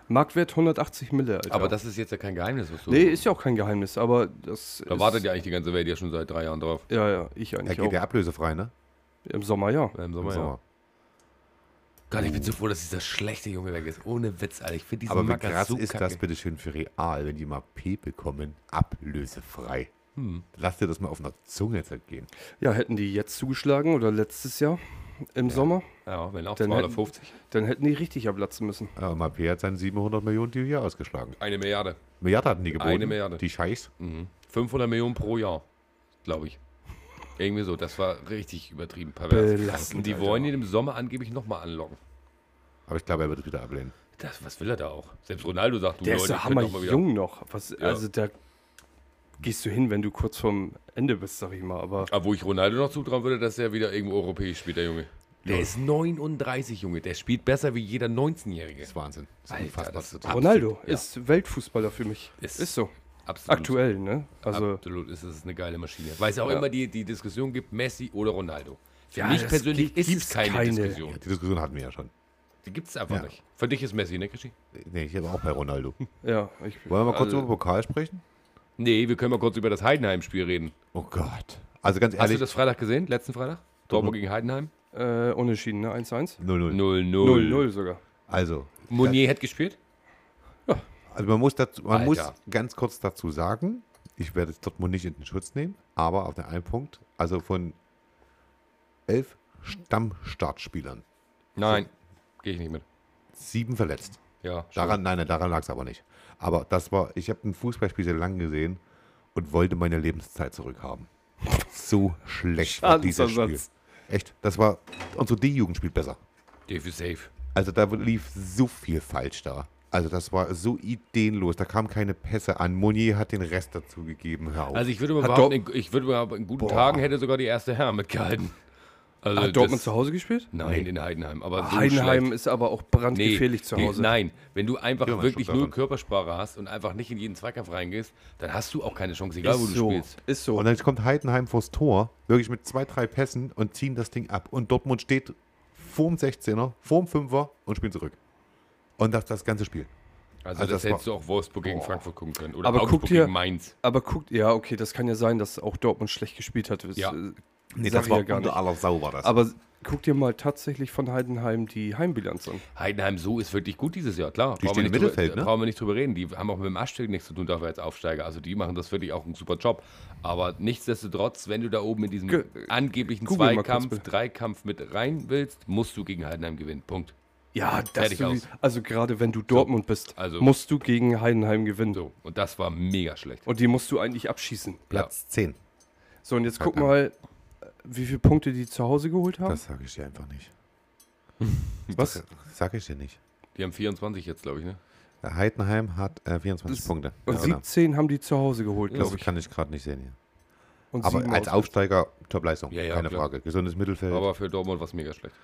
C: Marktwert 180 Mille, Alter.
A: Aber das ist jetzt ja kein Geheimnis, was du.
C: Nee, ist ja auch kein Geheimnis, aber das.
A: da
C: ist,
A: wartet ja eigentlich die ganze Welt ja schon seit drei Jahren drauf.
C: Ja, ja, ich
B: er
C: eigentlich
B: geht
C: auch.
B: ja ablösefrei, ne?
C: Im Sommer, ja.
A: Im
B: Im
A: Sommer, ja.
B: Sommer.
A: Gott, ich bin so froh, dass dieser schlechte Junge weg ist. Ohne Witz, Alter. Ich finde diesen
B: Aber wie
A: Macker
B: krass
A: so
B: ist
A: kacke.
B: das bitte schön für real, wenn die mal P bekommen, ablösefrei.
A: Hm.
B: Lass dir das mal auf einer Zunge zergehen.
C: Ja, hätten die jetzt zugeschlagen oder letztes Jahr im Sommer,
A: Ja, wenn auch
C: Dann
A: 250.
C: dann hätten die richtig ablatzen müssen.
B: Ja, mal P hat seine 700 Millionen die hier ausgeschlagen.
A: Eine Milliarde.
B: Milliarde hatten die geboten.
A: Eine Milliarde. Hm.
B: Die Scheiß.
A: 500 Millionen pro Jahr. Glaube ich. Irgendwie so. Das war richtig übertrieben. Pervers.
C: Belastend,
A: Und die
C: Alter.
A: wollen ihn im Sommer angeblich nochmal anlocken.
B: Aber ich glaube, er wird es wieder ablehnen.
A: Das, was will er da auch? Selbst Ronaldo sagt, du
C: Der ist
A: Leute,
C: so
A: ich könnte noch mal wieder-
C: hammerjung noch. Was, Also da gehst du hin, wenn du kurz vorm Ende bist, sag ich mal. Aber
A: Aber Ah, wo ich Ronaldo noch zutrauen würde, dass er wieder irgendwo europäisch spielt, der Junge. Der ist 39, Junge. Der spielt besser wie jeder 19-Jährige.
B: Das ist Wahnsinn. Das ist
A: Alter,
B: unfassbar.
A: das ist
B: Absolut.
C: Ronaldo ist Weltfußballer für mich.
A: Ist-
C: Ist, so.
A: Absolut.
C: Aktuell, ne? Also,
A: Absolut ist es eine geile Maschine. Weil es auch
C: Ja.
A: immer die, die Diskussion gibt, Messi oder Ronaldo. Für
C: Ja,
A: mich
C: das
A: persönlich
C: gibt-
A: ist es
C: gibt's
A: keine,
C: keine.
A: Diskussion.
B: Die Diskussion hatten wir ja schon.
A: Die gibt es einfach
B: Ja.
A: nicht. Für dich ist Messi, ne, Krischi?
B: Nee, ich habe auch bei Ronaldo.
C: ja, ich,
B: Wollen wir mal kurz
A: Also-
B: über Pokal sprechen?
A: Nee, wir können mal kurz über das Heidenheim-Spiel reden.
B: Oh Gott. Also ganz
A: Hast du
B: ehrlich,
A: das Freitag gesehen? Letzten Freitag? Dortmund gegen Heidenheim?
C: äh, unentschieden, ne? 1-1?
B: 0-0.
A: 0-0.
C: 0-0 sogar.
B: Also,
A: Monier hat gespielt?
B: also man, muss, dazu, man
A: Alter.
B: muss ganz kurz dazu sagen, ich werde jetzt Dortmund nicht in den Schutz nehmen, aber auf den einen Punkt, also von elf Stammstartspielern,
A: Nein. Gehe ich nicht mit.
B: sieben verletzt.
A: Ja,
B: Daran, nein, nein, daran lag es aber nicht. Aber das war, ich habe ein Fußballspiel sehr lang gesehen und wollte meine Lebenszeit zurückhaben. So schlecht war dieses Spiel.
C: Schadensersatz.
B: Echt, das war, unsere D-Jugend spielt besser.
A: Dave safe.
B: Also da lief so viel falsch da. Also das war so ideenlos, da kamen keine Pässe an. Monier hat den Rest dazu gegeben, hör auf.
A: Also ich würde
C: Oh. Hat
A: überhaupt, in, ich würde überhaupt in guten
B: Boah.
A: Tagen hätte sogar die erste Herr mitgehalten. Also
C: Hat Dortmund
A: das-
C: zu Hause gespielt?
A: Nein, in Heidenheim. Aber so
C: Heidenheim
A: schlecht.
C: ist aber auch brandgefährlich zu
A: die-
C: Hause.
A: Nein, wenn du einfach
B: Ja, man
A: wirklich
B: stimmt
A: nur
B: daran.
A: Körpersprache hast und einfach nicht in jeden Zweikampf reingehst, dann hast du auch keine Chance, egal wo du
C: so.
A: spielst.
C: Ist so.
B: und dann kommt Heidenheim vors Tor, wirklich mit zwei, drei Pässen und ziehen das Ding ab. Und Dortmund steht vorm 16er, vorm 5er und spielt zurück. Und das das ganze Spiel.
A: Also,
B: Also
A: das,
B: das
A: hättest du
B: war-
A: auch Wolfsburg gegen Frankfurt gucken können. Oder
C: Aber guck
A: Augsburg
C: dir-
A: gegen Mainz.
C: Aber guckt, ja, okay, das kann ja sein, dass auch Dortmund schlecht gespielt hat. Das,
A: Ja.
C: äh,
B: Nee,
C: sag
B: das
C: ich
B: war
C: ja gar
B: unter
C: nicht.
B: aller Sau war das.
C: Aber guck dir mal tatsächlich von Heidenheim die Heimbilanz an.
A: Heidenheim so ist wirklich gut dieses Jahr, klar.
B: Die
A: Brauchen wir
B: stehen im
A: nicht drüber-
B: Mittelfeld, ne?
A: Brauchen wir nicht drüber reden. Die haben auch mit dem Aschstück nichts zu tun, dafür als Aufsteiger. Also die machen das wirklich auch einen super Job. Aber nichtsdestotrotz, wenn du da oben in diesem
C: Ge-
A: angeblichen
C: Google mal kurz,
A: Zweikampf,
C: bitte.
A: Dreikampf mit rein willst, musst du gegen Heidenheim gewinnen. Punkt.
C: Ja, das
A: Fertig
C: sowieso.
A: aus.
C: Also gerade wenn du Dortmund bist,
A: also-
C: musst du gegen Heidenheim gewinnen.
A: So, und das war mega schlecht.
C: Und die musst du eigentlich abschießen.
B: Platz 10.
C: So, und jetzt guck
B: Ja.
C: mal, äh, wie viele Punkte die zu Hause geholt haben.
B: Das sage ich dir einfach nicht.
C: Was?
B: Sage ich dir nicht.
A: Die haben 24 jetzt, glaube ich, ne?
B: Heidenheim hat äh, 24
C: Das-
B: Punkte.
C: Und 17 haben die zu Hause geholt,
B: das
C: glaube ich.
B: kann ich gerade nicht sehen hier.
C: Und
B: Aber
C: sieben
B: als
C: aus-
B: Aufsteiger Topleistung,
A: Ja, ja,
B: keine
A: klar.
B: Frage. Gesundes Mittelfeld.
A: Aber für Dortmund war es mega schlecht.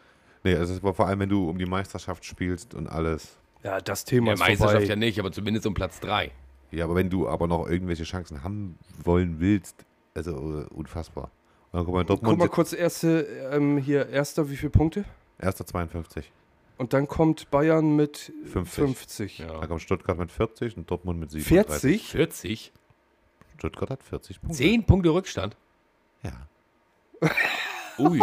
B: nee, also es war vor allem, wenn du um die Meisterschaft spielst und alles.
C: Ja, das Thema
A: Ja,
C: ist
A: Meisterschaft
C: vorbei.
A: ja nicht, aber zumindest um Platz 3.
B: Ja, aber wenn du aber noch irgendwelche Chancen haben wollen willst, also äh, unfassbar. Und dann guck mal,
C: Guck
B: Dortmund
C: mal kurz, erste, ähm, hier, erster, wie viele Punkte?
B: erster 52.
C: Und dann kommt Bayern mit
B: 50.
C: 50.
B: Dann kommt Stuttgart mit 40 und Dortmund mit 37.
C: 40?
A: 40?
B: Stuttgart hat 40 Punkte.
A: 10 Punkte Rückstand?
B: Ja.
A: Ui,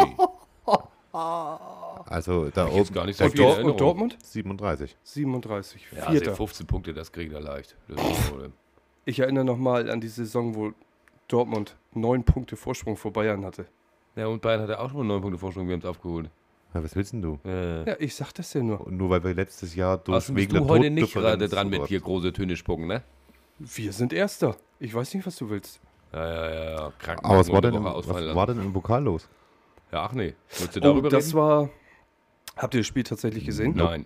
B: Also da
A: jetzt
B: oben
A: gar nicht so
C: Und,
A: viel
C: Dor
A: Erinnerung.
C: und Dortmund?
B: 37.
C: 37.
A: Ja, also
C: Vierter.
A: 15 Punkte, das kriegt er leicht. Das ist ne? kein Problem.
C: Ich erinnere nochmal an die Saison, wo Dortmund neun Punkte Vorsprung vor Bayern hatte.
A: Ja, und Bayern hatte auch schon mal 9 Punkte Vorsprung, wir haben es aufgeholt.
B: Ja, was willst denn du?
A: Äh.
C: Ja, ich sag das ja nur.
B: Und nur weil wir letztes Jahr durch
A: Also bist du heute nicht gerade dran mit hier große Töne spucken, ne?
C: Wir sind Erster. Ich weiß nicht, was du willst.
A: Ja, ja, ja, ja. Kranken
B: Aber was war, denn,
A: Woche
B: was
A: ausfallen lassen.
B: war denn im Pokal los?
A: Ja, ach nee. Wolltest du
C: Oh,
A: darüber
C: das
A: reden?
C: war. Habt ihr das Spiel tatsächlich gesehen?
A: Nein.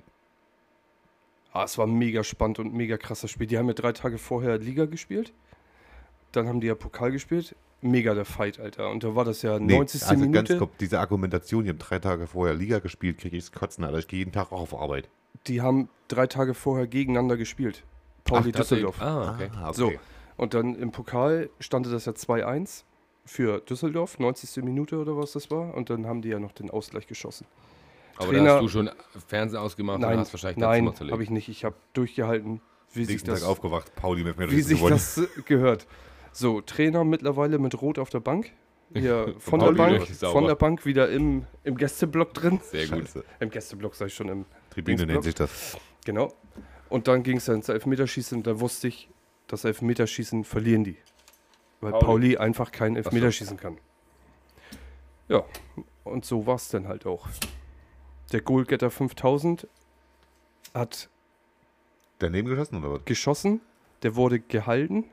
C: Ah, es war mega spannend und mega krasses Spiel. Die haben ja drei Tage vorher Liga gespielt. Dann haben die ja Pokal gespielt. Mega der Fight, Alter. Und da war das ja 90.
B: also ganz
C: Minute.
B: kurz, diese Argumentation, die haben drei Tage vorher Liga gespielt, kriege ich es kotzen, Alter. Ich gehe jeden Tag auch auf Arbeit.
C: die haben drei Tage vorher gegeneinander gespielt. Pauli Düsseldorf.
A: Ah, okay.
B: Ah,
C: So, und dann im Pokal stand das ja 2-1 für Düsseldorf, 90. Minute oder was das war. Und dann haben die ja noch den Ausgleich geschossen.
A: Aber da
C: Trainer-
A: hast du schon Fernsehen ausgemacht und
C: nein,
A: hast wahrscheinlich dein
C: nein,
A: Zimmer zu legen.
C: habe ich nicht. Ich habe durchgehalten, wie sich
B: Nächsten
C: das,
B: Tag aufgewacht, Pauli mit mir
C: wie sich das äh, gehört. So, Trainer mittlerweile mit Rot auf der Bank. Hier von der
A: Pauli
C: Bank,
A: richtig sauber.
C: von der Bank wieder im, im Gästeblock drin.
A: Sehr gut.
B: Scheiße.
C: Im Gästeblock sag ich schon, im
B: Tribüne nennt sich das.
C: Genau. Und dann ging es dann ins Elfmeterschießen und da wusste ich, das Elfmeterschießen verlieren die. Weil
A: Pauli.
C: Pauli, einfach keinen Elfmeterschießen kann. Ja, und so war es dann halt auch. Der Goalgetter 5000 hat
B: Daneben geschossen oder was?
C: geschossen, der wurde gehalten.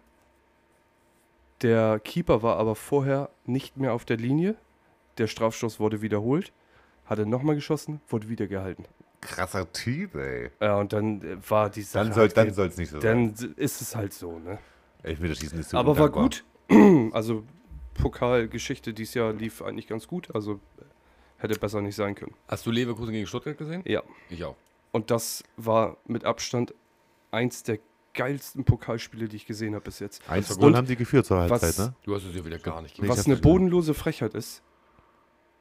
C: Der Keeper war aber vorher nicht mehr auf der Linie. Der Strafstoß wurde wiederholt, hatte nochmal geschossen, wurde wieder gehalten.
B: Krasser Typ, ey.
C: Ja, und dann äh, war die Sache
B: Dann soll
C: halt
B: dann soll's nicht so sein.
C: dann ist es halt so, ne?
B: Elfmeterschießen ist so
C: Aber war
B: undankbar.
C: gut. Also Pokalgeschichte dieses Jahr lief eigentlich ganz gut. Also hätte besser nicht sein können.
A: Hast du Leverkusen gegen Stuttgart gesehen?
C: Ja.
A: Ich auch.
C: Und das war mit Abstand eins der geilsten Pokalspiele, die ich gesehen habe bis jetzt. Also
B: 1 zu
C: Und
B: 0 haben die geführt zur
C: was-
B: Halbzeit, ne?
A: Du hast es ja wieder gar nicht
B: Nee, ich
A: gemacht.
B: hab's
C: Was eine
B: gesehen.
C: bodenlose Frechheit ist,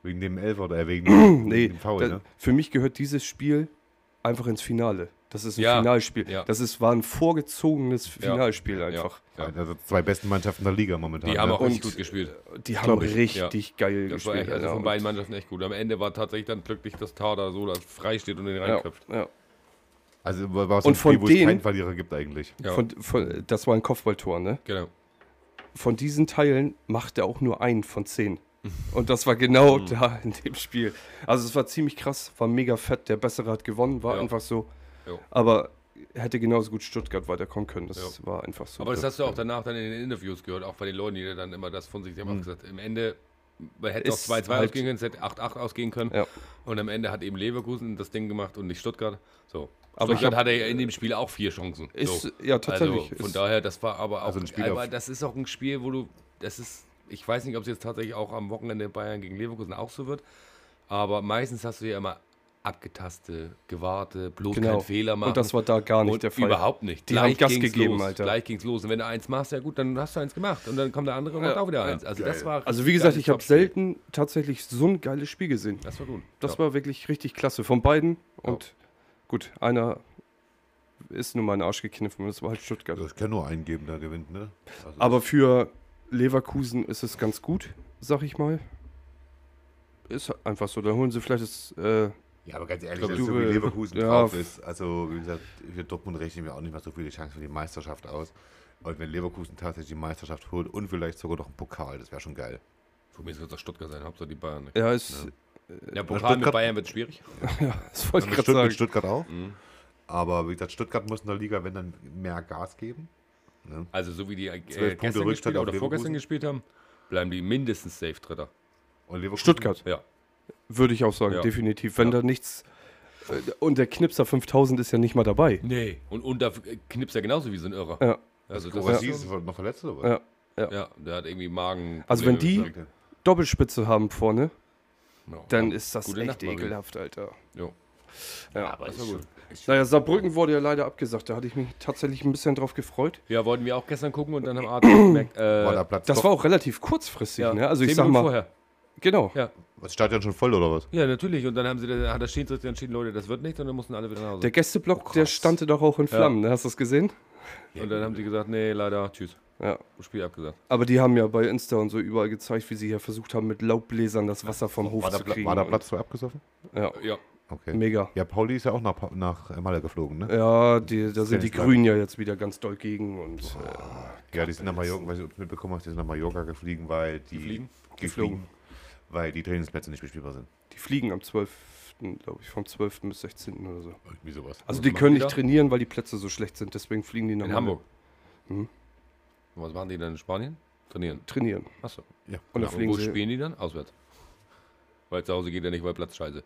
B: Wegen dem Elfer oder äh, wegen dem,
C: nee,
B: dem Foul,
C: da,
B: ne?
C: für mich gehört dieses Spiel einfach ins Finale. Das ist ein
A: Ja,
C: Finalspiel.
A: ja.
C: Das ist, war ein vorgezogenes
A: Ja,
C: Finalspiel
A: ja,
C: einfach.
A: Ja.
B: Also zwei besten Mannschaften der Liga momentan.
A: Die haben
B: ne?
A: auch richtig gut gespielt.
C: Die haben
B: Glaub ich,
C: richtig geil
A: Das war
C: gespielt.
A: echt, also
C: Alter.
A: von beiden Mannschaften echt gut. Am Ende war tatsächlich dann glücklich, dass Tada so da frei steht und den
C: ja,
A: reinköpft.
C: ja.
B: Also war es
C: Und
B: ein Spiel,
C: von
B: wo es keinen
C: denen-
B: Verlierer gibt eigentlich.
A: Ja.
C: Von, von, das war ein Kopfballtor, ne?
A: Genau.
C: Von diesen Teilen macht er auch nur einen von zehn.
A: Mhm.
C: Und das war genau da in dem Spiel. Also es war ziemlich krass, war mega fett. Der Bessere hat gewonnen, war
A: Ja.
C: einfach so.
A: Ja.
C: Aber hätte genauso gut Stuttgart weiterkommen können. Das war einfach so.
A: Aber das hast du auch danach dann in den Interviews gehört, auch bei den Leuten, die dann immer das von sich haben auch gesagt. Im Ende, man hätte
C: Hm.
A: auch
C: Ist
A: 2-2
C: halt-
A: ausgehen können, es hätte 8-8 ausgehen können.
C: Ja.
A: Und am Ende hat eben Leverkusen das Ding gemacht und nicht Stuttgart. So.
C: Aber ich
A: Stuttgart
C: hab-
A: hatte ja in dem Spiel auch vier Chancen.
C: Ist,
A: so.
C: ja, tatsächlich.
A: Also, von
C: ist,
A: daher, das war aber auch.
B: Also ein Spiel
A: aber
B: auf-
A: das ist auch ein Spiel, wo du. Das ist. Ich weiß nicht, ob es jetzt tatsächlich auch am Wochenende Bayern gegen Leverkusen auch so wird. Aber meistens hast du ja immer abgetaste, gewarte, bloß
C: Genau.
A: keinen Fehler machen.
C: und das war da gar nicht
A: Und
C: der Fall.
A: Überhaupt nicht.
C: Die haben Gas
A: ging's
C: gegeben,
A: los.
C: Alter.
A: Gleich ging's los. Und wenn du eins machst, ja gut, dann hast du eins gemacht. Und dann kommt der andere und
C: Ja,
A: macht auch wieder
C: ja.
A: eins. Also das
B: Geil.
A: war.
C: Also wie gesagt,
A: geiles
C: ich habe
A: Topspiel.
C: selten tatsächlich so ein geiles Spiel gesehen.
A: Das war gut.
C: Das
A: ja.
C: war wirklich richtig klasse von beiden. Und gut, einer ist nur mal in den Arsch gekniffen und das war halt Stuttgart.
B: Also ich kann nur eingeben, der gewinnt, ne? Also
C: Aber für Leverkusen ist es ganz gut, sag ich mal. Ist einfach so. Da holen sie vielleicht das. Äh,
B: Ja, aber ganz ehrlich, also
C: Glaub,
B: so
C: du,
B: wie
C: äh,
B: Leverkusen
C: ja,
B: drauf
C: f-
B: ist, also wie gesagt, für Dortmund rechnen wir auch nicht mehr so viele Chancen für die Meisterschaft aus. Und wenn Leverkusen tatsächlich die Meisterschaft holt und vielleicht sogar noch einen Pokal, das wäre schon geil.
A: Von mir ist es Stuttgart sein, Hauptsache die Bayern. nicht.
C: ja, ist.
A: Der Pokal mit
B: Stuttgart-
A: Bayern wird schwierig.
C: Das
A: Also
C: wollte ich
B: Mit,
C: gerade
B: Stutt
C: sagen. Mhm.
B: mit Also Stuttgart auch. Aber wie gesagt, Stuttgart muss in der Liga, wenn dann, mehr Gas geben.
A: Also so wie die äh,
B: Punkte
A: gestern
B: Rückstand
A: gespielt
B: auf
A: oder vorgestern
B: Leverkusen.
A: gespielt haben, bleiben die mindestens safe Dritter.
B: Und Leverkusen,
C: Stuttgart,
A: Ja.
C: würde ich auch sagen,
A: Ja.
C: definitiv. Wenn da nichts. äh, Und der Knipser 5000 ist ja nicht mal dabei.
A: Nee. Und, und da äh, knipst er genauso wie so ein Irrer.
C: Ja.
A: Also das
B: Kovacic
A: ist
B: ist noch verletzt oder was?
C: Ja.
A: ja, der hat irgendwie Magen.
C: Also wenn die-
B: Okay.
C: Doppelspitze haben vorne,
A: ne? Ja.
C: dann ist das
A: Gute
C: echt
A: Nacht, Mario.
C: ekelhaft, Alter.
A: Jo.
C: Ja,
B: Aber
C: das
B: ist
C: war
B: schon-
C: gut. Naja, Saarbrücken wurde ja leider abgesagt. Da hatte ich mich tatsächlich ein bisschen drauf gefreut.
A: Ja, wollten wir auch gestern gucken und dann haben Arthur gemerkt, äh,
B: War der Platz
C: Das
B: doch-
C: war auch relativ kurzfristig,
A: ja,
C: ne? Also
A: zehn
C: ich sag
A: Minuten
C: mal,
A: vorher.
C: genau.
A: Ja.
B: das Stadion schon voll oder was?
A: ja, natürlich. Und dann haben sie, hat der Schiedsrichter entschieden, Leute, das wird nicht und dann mussten alle wieder nach
C: Der
A: Hause.
C: Gästeblock, der stand doch auch in Flammen, ne? Hast du das gesehen?
A: und dann haben sie gesagt, nee, leider, tschüss.
C: Ja.
A: Spiel abgesagt.
C: Aber die haben ja bei Insta und so überall gezeigt, wie sie hier versucht haben, mit Laubbläsern das Wasser vom Hof
B: War der,
C: zu
B: Pla-
C: kriegen.
B: war der Platz so abgesoffen?
C: Ja,
A: Ja.
B: Okay.
C: mega.
B: Ja, Pauli ist ja auch nach, Pa- nach äh, Malle geflogen, ne?
C: Ja, die, da sind
B: ich
C: die
B: sagen.
C: Grünen ja jetzt wieder ganz doll gegen und äh,
B: Ja, die sind nach Mallorca, weiß nicht, ob du es mitbekommen hast, die sind nach Mallorca geflogen, weil die
A: Gefliegen?
B: geflogen, weil die Trainingsplätze nicht bespielbar sind.
C: die fliegen am 12., glaube ich, vom 12. bis 16. oder so.
B: Irgendwie sowas.
C: Also
A: Was
C: die
A: machen
C: können
A: die
C: nicht
A: da?
C: trainieren, weil die Plätze so schlecht sind. Deswegen fliegen die nach
A: In
C: Malle.
A: Hamburg.
C: Mhm.
A: Und was machen die dann in Spanien? Trainieren.
C: Trainieren.
A: Achso.
B: Ja,
C: Und da
A: Ja, und
C: fliegen
A: wo
C: sie
A: spielen die dann? Auswärts. Weil zu Hause geht ja nicht, weil Platz scheiße.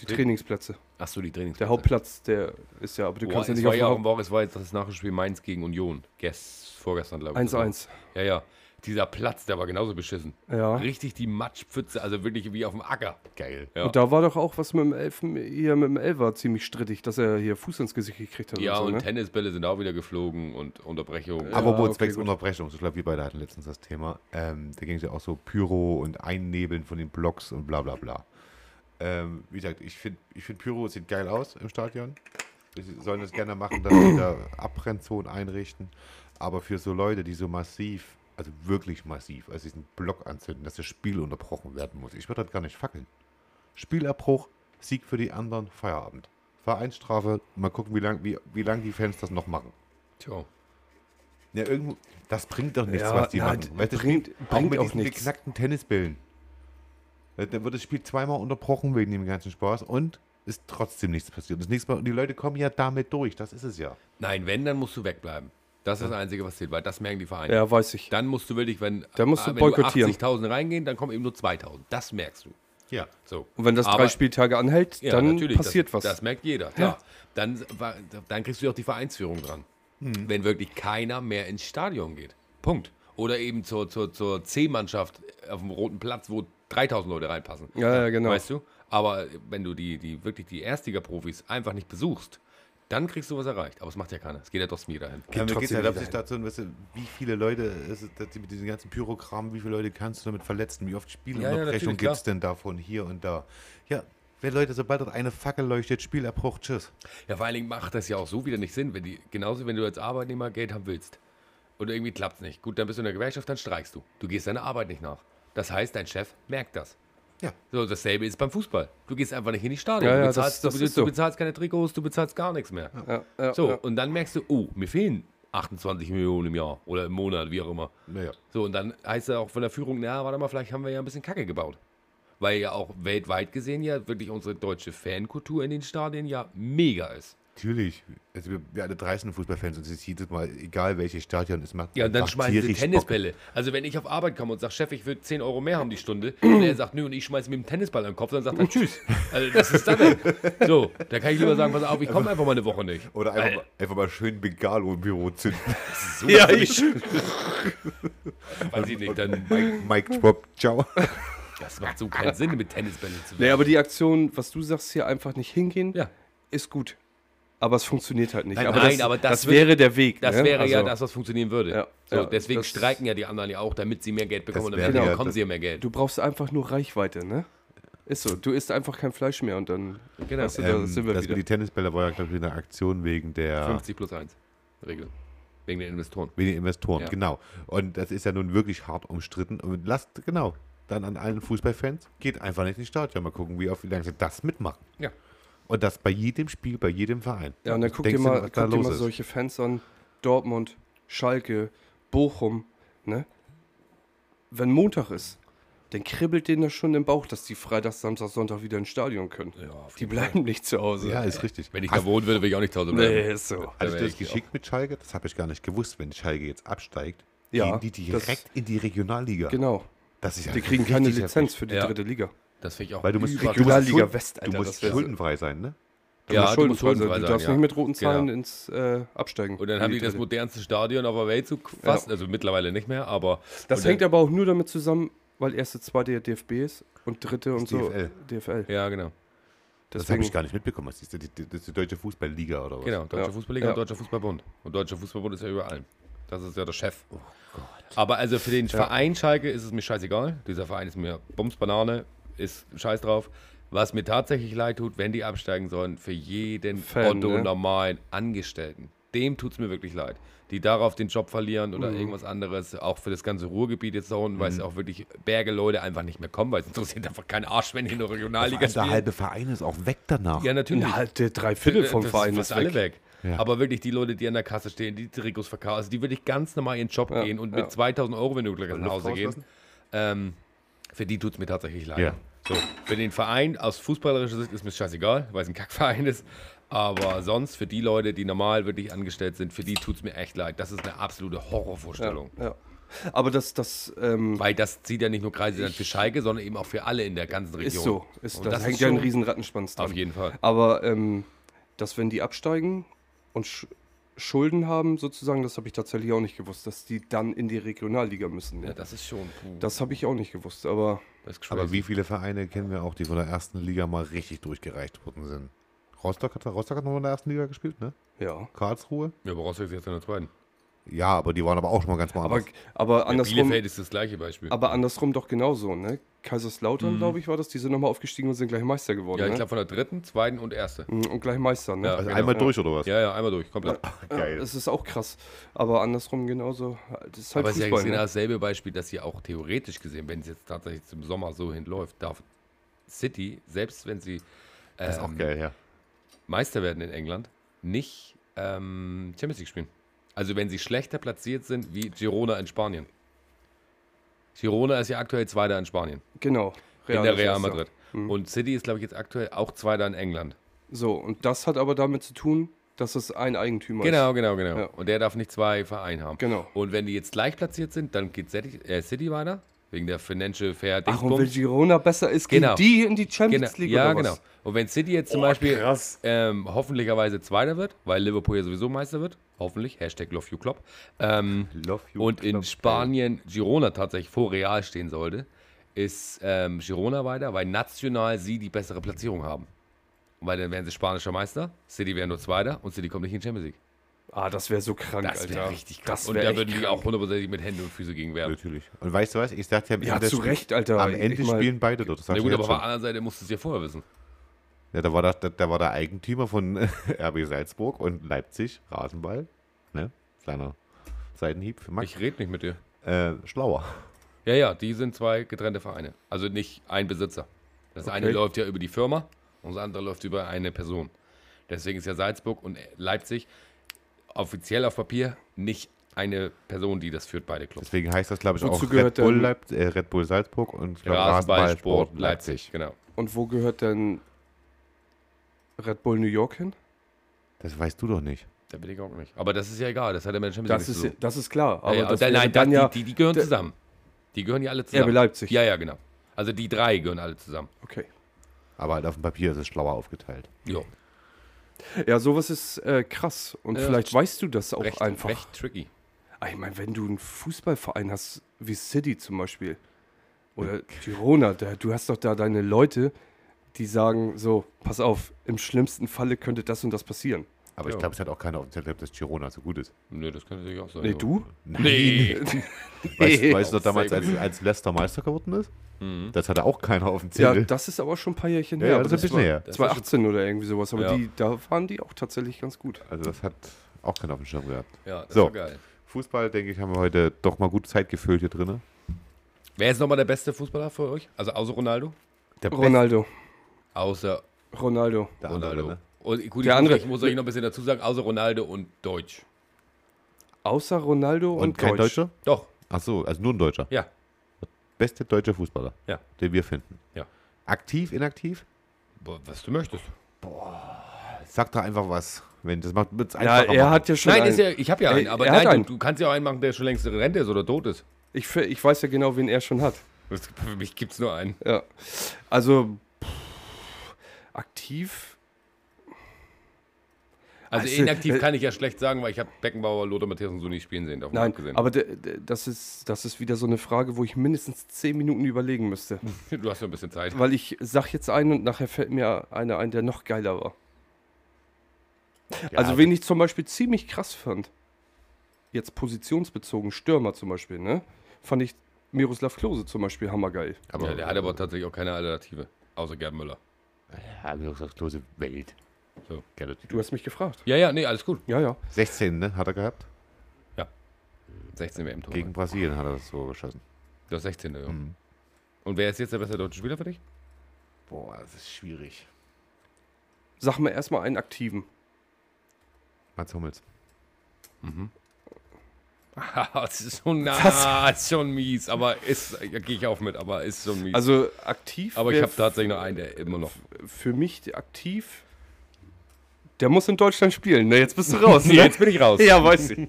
C: die Trainingsplätze.
A: Achso, die
C: Der
A: Trainingsplätze.
C: Hauptplatz, der ist ja, aber du
A: Boah,
C: kannst ja
A: es
C: nicht
A: war
C: auf
A: ja
C: ja
A: auch im Woche, es war jetzt das Nachspiel Mainz gegen Union. Gest, vorgestern, glaube ich.
C: 1-1.
A: Ja, ja. Dieser Platz, der war genauso beschissen.
C: Ja.
A: Richtig die Matschpfütze, also wirklich wie auf dem Acker.
B: Geil.
A: Ja.
C: Und da war doch auch was mit dem Elfen, hier mit dem Elfer ziemlich strittig, dass er hier Fuß ins Gesicht gekriegt hat.
A: Ja,
C: und,
A: und
C: so, ne?
A: Tennisbälle sind auch wieder geflogen und Unterbrechungen.
C: Ja,
B: Apropos
C: okay,
B: zwecks
C: gut.
B: Unterbrechung, ich glaube, wir beide hatten letztens das Thema. Ähm, da ging es ja auch so Pyro und Einnebeln von den Blocks und bla bla bla. Ähm, wie gesagt, ich finde ich find Pyro sieht geil aus im Stadion. Sie sollen das gerne machen, dass sie da Abbrennzonen einrichten. Aber für so Leute, die so massiv, also wirklich massiv, also diesen Block anzünden, dass das Spiel unterbrochen werden muss. Ich würde das gar nicht fackeln. Spielabbruch, Sieg für die anderen, Feierabend. Vereinsstrafe, mal gucken, wie lange wie, wie lang die Fans das noch machen.
A: Tja.
B: Ja, irgendwo, das bringt doch nichts,
C: Ja,
B: was die
C: na, d-
B: machen. Weißt du,
C: bringt-
B: Spiel-
C: bringt
B: mit
C: auch
B: diesen
C: nichts.
B: geknackten Tennisbällen. Ja, Dann wird das Spiel zweimal unterbrochen wegen dem ganzen Spaß und ist trotzdem nichts passiert. Das nächste Mal, und die Leute kommen ja damit durch, das ist es ja.
A: Nein, wenn, dann musst du wegbleiben. Das ist das Einzige, was zählt, weil das merken die Vereine.
C: ja, weiß ich.
A: Dann musst du wirklich, wenn, äh,
C: Dann musst du
A: wenn
C: boykottieren.
A: 80.000 reingehen, dann kommen eben nur 2.000. Das merkst du.
B: Ja.
A: So.
C: Und wenn das
A: Aber-
C: drei Spieltage anhält,
A: Ja,
C: dann
A: natürlich,
C: passiert
A: das,
C: was.
A: Das merkt jeder, klar. Dann, wa- dann kriegst du auch die Vereinsführung dran. Wenn wirklich keiner mehr ins Stadion geht. Punkt. Oder eben zur, zur, zur C-Mannschaft auf dem roten Platz, wo 3000 Leute reinpassen.
C: Ja, ja, genau.
A: Weißt du? Aber wenn du die, die wirklich die Erstliga-Profis einfach nicht besuchst, Dann kriegst du was erreicht. Aber es macht ja keiner. Es geht ja trotzdem jeder hin.
B: Ja, mir geht
C: trotzdem
B: halt
C: nicht
B: hauptsächlich dazu, weißt du, wie viele Leute, es ist, dass die mit diesem ganzen Pyrokram, wie viele Leute kannst du damit verletzen? Wie oft
A: Ja, ja,
B: Spielunterbrechung
A: natürlich,
B: gibt es denn davon hier und da? Ja, wer Leute, sobald dort eine Fackel leuchtet, Spielabbruch, tschüss.
A: Ja, vor allen Dingen macht das ja auch so wieder nicht Sinn, wenn die, genauso wenn du als Arbeitnehmer Geld haben willst und irgendwie klappt es nicht. Gut, dann bist du in der Gewerkschaft, dann streikst du. Du gehst deiner Arbeit nicht nach. Das heißt, dein Chef merkt das.
B: Ja.
A: So, dasselbe ist beim Fußball. Du gehst einfach nicht in die Stadion.
C: Ja,
A: du,
C: ja,
A: bezahlst,
C: das- das
A: du,
C: ist so.
A: du bezahlst keine Trikots, du bezahlst gar nichts mehr.
C: Ja, ja,
A: So,
C: ja.
A: und dann merkst du, oh, mir fehlen 28 Millionen im Jahr oder im Monat, wie auch immer.
B: Naja.
A: So, und dann heißt es auch von der Führung, na, warte mal, vielleicht haben wir ja ein bisschen Kacke gebaut. Weil ja auch weltweit gesehen ja wirklich unsere deutsche Fankultur in den Stadien ja mega ist.
B: Natürlich. Also wir, wir alle dreisten Fußballfans und es ist jedes Mal, egal welches Stadion es macht.
A: Ja, und dann
B: macht
A: schmeißen sie
B: tierisch
A: Tennisbälle. Also wenn ich auf Arbeit komme und sage, Chef, ich will 10 Euro mehr haben die Stunde, und er sagt, nö, und ich schmeiße mir einen Tennisball an den Kopf, dann sagt er, tschüss. Also das ist dann weg. So, da kann ich lieber sagen, pass auf, ich komme einfach mal eine Woche nicht.
B: Bock. Oder
C: Äh.
B: einfach, mal- einfach mal schön Bengalo im Büro zünden.
C: ja, ich.
A: Weiß ich nicht, dann,
B: Mike Drop, ciao.
A: das macht so keinen Sinn, mit Tennisbällen zu
C: Nee,
A: werfen.
C: aber die Aktion, was du sagst, hier einfach nicht hingehen,
A: Ja.
C: ist gut. Aber es funktioniert halt nicht.
A: Nein,
C: aber
A: nein,
C: das,
A: aber das wird-
C: wäre der Weg.
A: Das
C: ne?
A: wäre ja
C: Also,
A: das, was funktionieren würde.
C: Ja,
A: so,
C: ja,
A: deswegen
C: das-
A: streiken ja die anderen ja auch, damit sie mehr Geld bekommen und
B: wäre
A: dann
B: ja-
A: bekommen
B: das-
A: sie ja mehr Geld.
C: Du brauchst einfach nur Reichweite, ne? Ist so. Du isst einfach kein Fleisch mehr und dann.
A: Genau.
C: Weißt du, da
B: Ähm,
C: sind wir
B: das
C: wieder.
B: mit die Tennisbälle war ja, glaube ich, eine Aktion wegen der
A: 50 plus 1 Regel. Wegen den Investoren.
B: wegen den Investoren,
A: Ja.
B: genau. Und das ist ja nun wirklich hart umstritten. Und lasst, genau, dann an allen Fußballfans, geht einfach nicht ins Stadion. Mal gucken, wie oft wie lange sie das mitmachen.
A: Ja.
B: Und das bei jedem Spiel, bei jedem Verein.
C: Ja, und dann
B: Was
C: guck dir
B: denkst du,
C: mal,
B: was
C: guck
B: da
C: dir
B: los
C: mal
B: ist?
C: solche Fans an. Dortmund, Schalke, Bochum, ne? Wenn Montag ist, dann kribbelt denen das schon im Bauch, dass die Freitag, Samstag, Sonntag wieder ins Stadion können. die bleiben nicht zu Hause.
B: Ja, ist richtig.
A: Wenn ich
B: Hast-
A: da wohnen würde, würde ich auch nicht zu Hause bleiben.
C: nee, ist so.
A: Da
B: Hattest du
A: wär
B: das
A: ich auch.
B: geschickt mit Schalke? Das habe ich gar nicht gewusst. Wenn Schalke jetzt absteigt,
C: Ja,
B: gehen die
C: das-
B: direkt in die Regionalliga.
C: Genau.
B: Das ist ja
C: Die kriegen keine
B: richtig
C: Lizenz für die
A: Ja.
C: heftig. dritte Liga.
A: Das finde ich auch
B: Weil du musst-
A: über-
B: du musst-
C: Regionalliga
B: schuld-
C: West,
B: heftig. Du
C: Alter.
B: musst
C: das wär-
B: schuldenfrei sein, ne?
A: Ja,
C: Ja,
A: du
C: du,
A: musst schuldenfrei
C: du
A: sein,
C: darfst
A: ja.
C: nicht mit roten Zahlen
A: Genau.
C: ins äh, Absteigen.
A: Und dann haben die das
C: dritte.
A: modernste Stadion auf der Welt so fast, also mittlerweile nicht mehr, aber
C: Das
A: und
C: hängt
A: dann,
C: aber auch nur damit zusammen, weil erste, zweite ja DFB ist und dritte und
B: Ist
C: so
B: DFL.
C: DFL.
A: ja genau,
B: Das habe ich
C: Deswegen-
B: gar nicht mitbekommen. Das ist die, die, das ist die deutsche Fußballliga oder was?
A: genau deutsche
C: Ja.
A: Fußballliga und
C: Ja.
A: deutscher Fußballbund und deutscher Fußballbund ist ja überall. Das ist ja der Chef.
C: Oh
A: Aber also für den Verein Schalke ist es mir scheißegal. Dieser Verein ist mir Bums Banane, ist Scheiß drauf. Was mir tatsächlich leid tut, wenn die absteigen sollen, für jeden
C: Fan,
A: Otto
C: ne?
A: normalen Angestellten. Dem tut es mir wirklich leid. Die darauf den Job verlieren
C: Mhm.
A: oder irgendwas anderes. Auch für das ganze Ruhrgebiet jetzt da unten, weil es auch wirklich Berge Leute einfach nicht mehr kommen, weil es interessiert einfach kein Arsch, wenn die in der Regionalliga
B: Der
A: spielen.
B: halbe Verein ist auch weg danach.
A: Ja, natürlich.
C: Na, der Dreiviertel vom
A: Äh, Das
C: Verein
A: fast
C: ist
A: alle
C: weg.
A: weg.
B: Ja.
A: Aber wirklich die Leute, die an der Kasse stehen, die Trikots verkaufen, also die wirklich ganz normal ihren Job
C: Ja,
A: gehen und
C: ja.
A: mit 2000 Euro, wenn du gleich nach
B: Luft
A: Hause gehst,
B: rauslassen?
A: ähm, für die tut es mir tatsächlich leid.
B: Ja.
A: So, für den Verein aus fußballerischer Sicht ist mir scheißegal, weil es ein Kackverein ist. Aber sonst für die Leute, die normal wirklich angestellt sind, für die tut es mir echt leid. Das ist eine absolute Horrorvorstellung.
C: Ja. Aber das, das ähm,
A: Weil das zieht ja nicht nur Kreise dann für Schalke, sondern eben auch für alle in der ganzen Region.
C: ist so. Ist,
A: Und
C: das,
A: das
C: hängt
A: ist
C: ja ein
A: so.
C: riesen Rattenschwanz dran.
A: Auf jeden Fall.
C: Aber ähm, dass wenn die absteigen und Sch Schulden haben sozusagen, das habe ich tatsächlich auch nicht gewusst, dass die dann in die Regionalliga müssen. ne?
A: Ja, das ist schon. puh,
C: das habe ich auch nicht gewusst, aber
A: das ist
B: Aber
A: crazy.
B: wie viele Vereine kennen wir auch, die von der ersten Liga mal richtig durchgereicht worden sind? Rostock hat, Rostock hat noch in der ersten Liga gespielt, ne?
C: ja.
B: Karlsruhe?
A: Ja, aber Rostock ist jetzt in der zweiten.
B: Ja, aber die waren aber auch schon mal ganz mal
C: Aber,
B: anders.
C: aber
A: Ja,
C: andersrum,
A: Bielefeld ist das gleiche Beispiel.
C: aber andersrum doch genauso, ne? Kaiserslautern, glaube ich, war das. Die sind nochmal aufgestiegen und sind gleich Meister geworden.
A: Mhm. ja, ich
C: ne?
A: glaube von der dritten, zweiten und erste.
C: Mm, Und gleich Meister, ne?
A: Ja.
B: Also
A: genau,
B: einmal
A: ja.
B: durch oder was?
A: Ja, ja, einmal durch, komplett.
B: Geil.
C: Das ist auch krass. Aber andersrum genauso. Das ist halt
A: Aber es ist ja
C: Fußball,
A: genau
C: ne?
A: dasselbe Beispiel, dass hier auch theoretisch gesehen, wenn es jetzt tatsächlich zum Sommer so hinläuft, darf City, selbst wenn sie
B: das ist auch
A: ähm,
B: geil, ja.
A: Meister werden in England, nicht ähm, Champions League spielen. Also wenn sie schlechter platziert sind wie Girona in Spanien. Girona ist ja aktuell Zweiter in Spanien,
C: Genau.
A: in der
C: ist
A: Real
C: Erster.
A: Madrid.
C: Mhm.
A: Und City ist, glaube ich, jetzt aktuell auch Zweiter in England.
C: So, und das hat aber damit zu tun, dass es ein Eigentümer ist.
A: Genau, genau, genau.
C: Ja.
A: Und der darf nicht zwei Vereine haben.
C: Genau.
A: Und wenn die jetzt gleich platziert sind, dann geht City, äh, City weiter, wegen der Financial Fair
C: Ach, und wenn
A: Dingsbums.
C: Girona besser ist, gehen
A: Genau.
C: die in die
A: Genau.
C: Champions League
A: Ja,
C: oder was?
A: genau. Und wenn City jetzt zum Beispiel ähm, hoffentlicherweise Zweiter wird, weil Liverpool ja sowieso Meister wird, hoffentlich, Hashtag Love You Klopp, ähm,
B: Love you,
A: und in
B: Club.
A: Spanien Girona tatsächlich vor Real stehen sollte, ist ähm, Girona weiter, weil national sie die bessere Platzierung haben. Weil dann wären sie spanischer Meister, City wäre nur Zweiter und City kommt nicht in die Champions League.
C: Ah, das wäre so krank,
A: Das
C: Alter.
A: wäre richtig krass.
C: Das
A: und
C: wäre
A: da
C: echt
A: würden die
C: krank.
A: auch hundertprozentig mit Händen und Füßen gegen werben.
B: Natürlich. Und weißt du was? Ich dachte, am
C: Ja,
B: Ende
C: zu
B: spiel-
C: Recht, Alter.
B: Am
C: Ich
B: Ende
C: mein-
B: spielen beide dort. Das
A: Na
B: sagst du
A: gut, aber
B: jetzt
A: auf
B: schon.
A: der anderen Seite musst du es ja vorher wissen.
B: Ja, da war, der, da war der Eigentümer von RB Salzburg und Leipzig, Rasenball. Ne? Kleiner Seitenhieb für Max.
A: Ich rede nicht mit dir.
B: Äh, schlauer.
A: Ja, ja, die sind zwei getrennte Vereine. Also nicht ein Besitzer. Das eine
C: Okay.
A: läuft ja über die Firma und das andere läuft über eine Person. Deswegen ist ja Salzburg und Leipzig offiziell auf Papier nicht eine Person, die das führt, beide Clubs.
B: Deswegen heißt das, glaube ich,
C: Wozu
B: auch Red
C: gehört
B: Bull,
C: denn-
B: Leipz- äh, Red Bull Salzburg und ich glaub,
A: Rasenball, Sport, Leipzig. Genau.
C: Und wo gehört denn Red Bull New York hin?
B: Das weißt du doch nicht.
A: Da bin ich auch nicht. Aber das ist ja egal, das hat ja mit der Champions
C: Das
A: League
C: ist,
A: zu tun.
C: das ist klar. Aber
A: Ja, ja,
C: das
A: da-
C: wäre
A: nein,
C: dann
A: das-
C: ja.
A: die, die, die gehören
C: der-
A: zusammen. Die gehören ja alle zusammen.
C: Leipzig.
A: Ja, ja, genau. Also die drei gehören alle zusammen.
C: okay.
B: Aber halt auf dem Papier ist es schlauer aufgeteilt.
A: Jo.
C: Ja, sowas ist äh, krass. Und
A: Ja,
C: vielleicht weißt du das auch
A: Recht,
C: einfach.
A: recht tricky.
C: Ah, Ich meine, wenn du einen Fußballverein hast, wie City zum Beispiel, oder Girona, da, du hast doch da deine Leute, die sagen so, pass auf, im schlimmsten Falle könnte das und das passieren.
B: Aber ich
A: Ja.
B: glaube, es hat auch keiner auf dem Zettel, gehabt, dass Girona so gut ist.
A: Nö, das könnte natürlich auch sein.
C: Nee,
A: ja.
C: du?
A: Nee.
B: Weißt,
C: Nee.
B: weißt du noch
A: Auch
B: damals,
A: sehr
B: als,
A: gut.
B: als Leicester Meister geworden ist? Das hatte auch keiner auf dem
C: Mhm. Ja,
B: Zettel.
C: das ist aber schon ein paar Jährchen
B: Ja,
C: her.
B: ja,
C: aber
B: das ist ein bisschen
C: war
B: her.
A: Das ist schon-
C: 2018 oder irgendwie sowas, aber
A: Ja.
C: die, da waren die auch tatsächlich ganz gut.
B: also das hat auch keiner auf dem Schirm gehabt.
A: Ja, das
B: So.
A: war geil.
B: Fußball, denke ich, haben wir heute doch mal gut Zeit gefüllt hier drinnen.
A: Wer ist nochmal der beste Fußballer für euch? Also außer Ronaldo?
B: Der
C: Ronaldo,
A: Außer
C: Ronaldo.
B: Der andere,
A: Ronaldo.
B: ne?
A: Und gut,
C: Der
A: ich
C: andere.
A: Muss, ich muss euch noch ein bisschen dazu sagen, außer Ronaldo und Deutsch.
C: Außer Ronaldo und,
B: Und kein
C: Deutsch.
B: Deutscher?
A: Doch,
B: Ach so, also nur ein Deutscher.
A: ja.
B: Beste deutsche Fußballer,
A: Ja.
B: den wir finden.
A: Ja.
B: Aktiv, inaktiv?
A: Boah, was du möchtest.
B: Sag doch einfach was. Wenn das macht, wird's
C: Ja,
B: einfacher.
C: er
B: machen.
C: hat ja schon.
A: nein,
C: einen.
A: ist ja, ich habe ja
C: Ey,
A: einen, aber
C: er hat
A: nein,
C: einen.
A: Du, du kannst ja auch einen machen, der schon längst in Rente ist oder tot ist.
C: ich, f- ich weiß ja genau, wen er schon hat.
A: Das, für mich gibt es nur einen.
C: Ja. Also pff, aktiv.
A: Also
C: Also,
A: inaktiv
C: äh,
A: kann ich ja schlecht sagen, weil ich habe Beckenbauer, Lothar Matthäus und so nicht spielen sehen. Davon
C: Nein,
A: abgesehen.
C: aber d- d- das ist, das ist wieder so eine Frage, wo ich mindestens 10 Minuten überlegen müsste.
A: du hast ja ein bisschen Zeit.
C: Weil ich sag jetzt einen und nachher fällt mir einer ein, der noch geiler war.
B: Ja,
C: also wen ich zum Beispiel ziemlich krass fand, jetzt positionsbezogen, Stürmer zum Beispiel, ne? Fand ich Miroslav Klose zum Beispiel hammergeil.
B: aber,
A: ja, der hat aber tatsächlich auch keine Alternative. Außer Gerd Müller.
B: Ja, wir haben gesagt, Klose Welt.
A: So.
B: Gerne.
C: Du hast mich gefragt.
A: Ja, ja, nee, alles gut.
C: Ja, ja.
B: 16, ne? Hat er gehabt?
A: 16 wäre im Tor.
B: Gegen Brasilien hat er das so geschossen.
A: Du hast 16, ja. Und wer ist jetzt der beste deutsche Spieler für dich?
B: Boah, das ist schwierig.
C: Sag mal erstmal einen aktiven.
B: Mats Hummels.
A: Ah, das ist schon, na, ist schon mies, aber ist, ja, gehe ich auch mit, aber ist schon mies.
C: Also aktiv.
A: aber ich
C: wär
A: habe tatsächlich noch einen, der immer noch.
C: für mich aktiv. Der muss in Deutschland spielen. Ne, jetzt bist du raus. Ne?
A: bin ich raus.
C: Ja, weiß ich.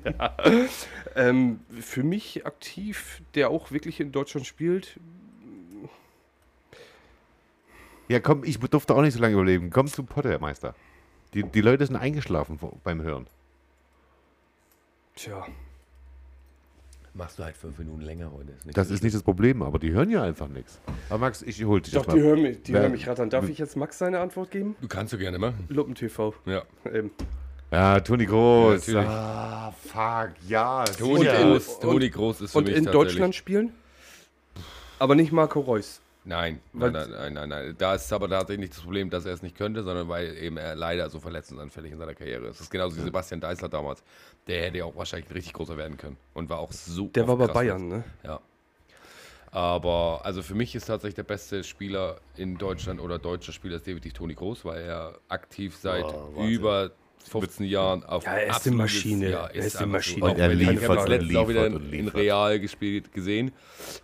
C: ähm, für mich aktiv, der auch wirklich in Deutschland spielt.
B: Ja, komm, ich durfte auch nicht so lange überleben. Komm zu Pottermeister. Die, die Leute sind eingeschlafen vor- beim Hören.
C: Tja,
A: Machst du halt fünf Minuten länger heute. Ist nicht
B: Das ist nicht das Problem, aber die hören ja einfach nichts. Aber Max, ich hol dich
C: doch,
B: jetzt mal.
C: die hören mich, die
B: Wer-
C: hören mich rattern. Darf ich jetzt Max seine Antwort geben?
A: du kannst du gerne ne? machen.
C: Luppen-TV.
A: Ja.
C: Ähm,
B: Ja, Toni Groß.
A: Ja, natürlich.
B: ah, fuck, ja.
A: Toni
B: sicher.
A: Groß,
C: und-
A: Toni Groß ist für
C: und
A: mich
C: in
A: tatsächlich-
C: Deutschland spielen? Aber nicht Marco Reus.
A: Nein,
C: Weil-
A: nein, nein, nein, nein, nein. Da ist aber tatsächlich nicht das Problem, dass er es nicht könnte, sondern weil eben er leider so verletzungsanfällig in seiner Karriere ist. Das ist genauso wie Sebastian Deißler damals. Der hätte ja auch wahrscheinlich ein richtig großer werden können und war auch so.
C: Der
A: oft
C: war bei
A: krass
C: Bayern, ne?
A: Ja. Aber also für mich ist tatsächlich der beste Spieler in Deutschland oder deutscher Spieler ist definitiv Toni Groß, weil er aktiv seit
B: Wahnsinn.
A: über 15 Jahren auf
C: Ja, er ist eine
A: absolutes-
C: Maschine.
A: Ja,
C: Er ist
A: ist
C: eine
A: eine
C: Maschine.
A: Maschine.
C: Und
B: er
A: ich
B: liefert
A: habe
B: und
A: das letzte auch wieder
B: liefert und
A: in, in
B: liefert.
A: Real gespielt gesehen.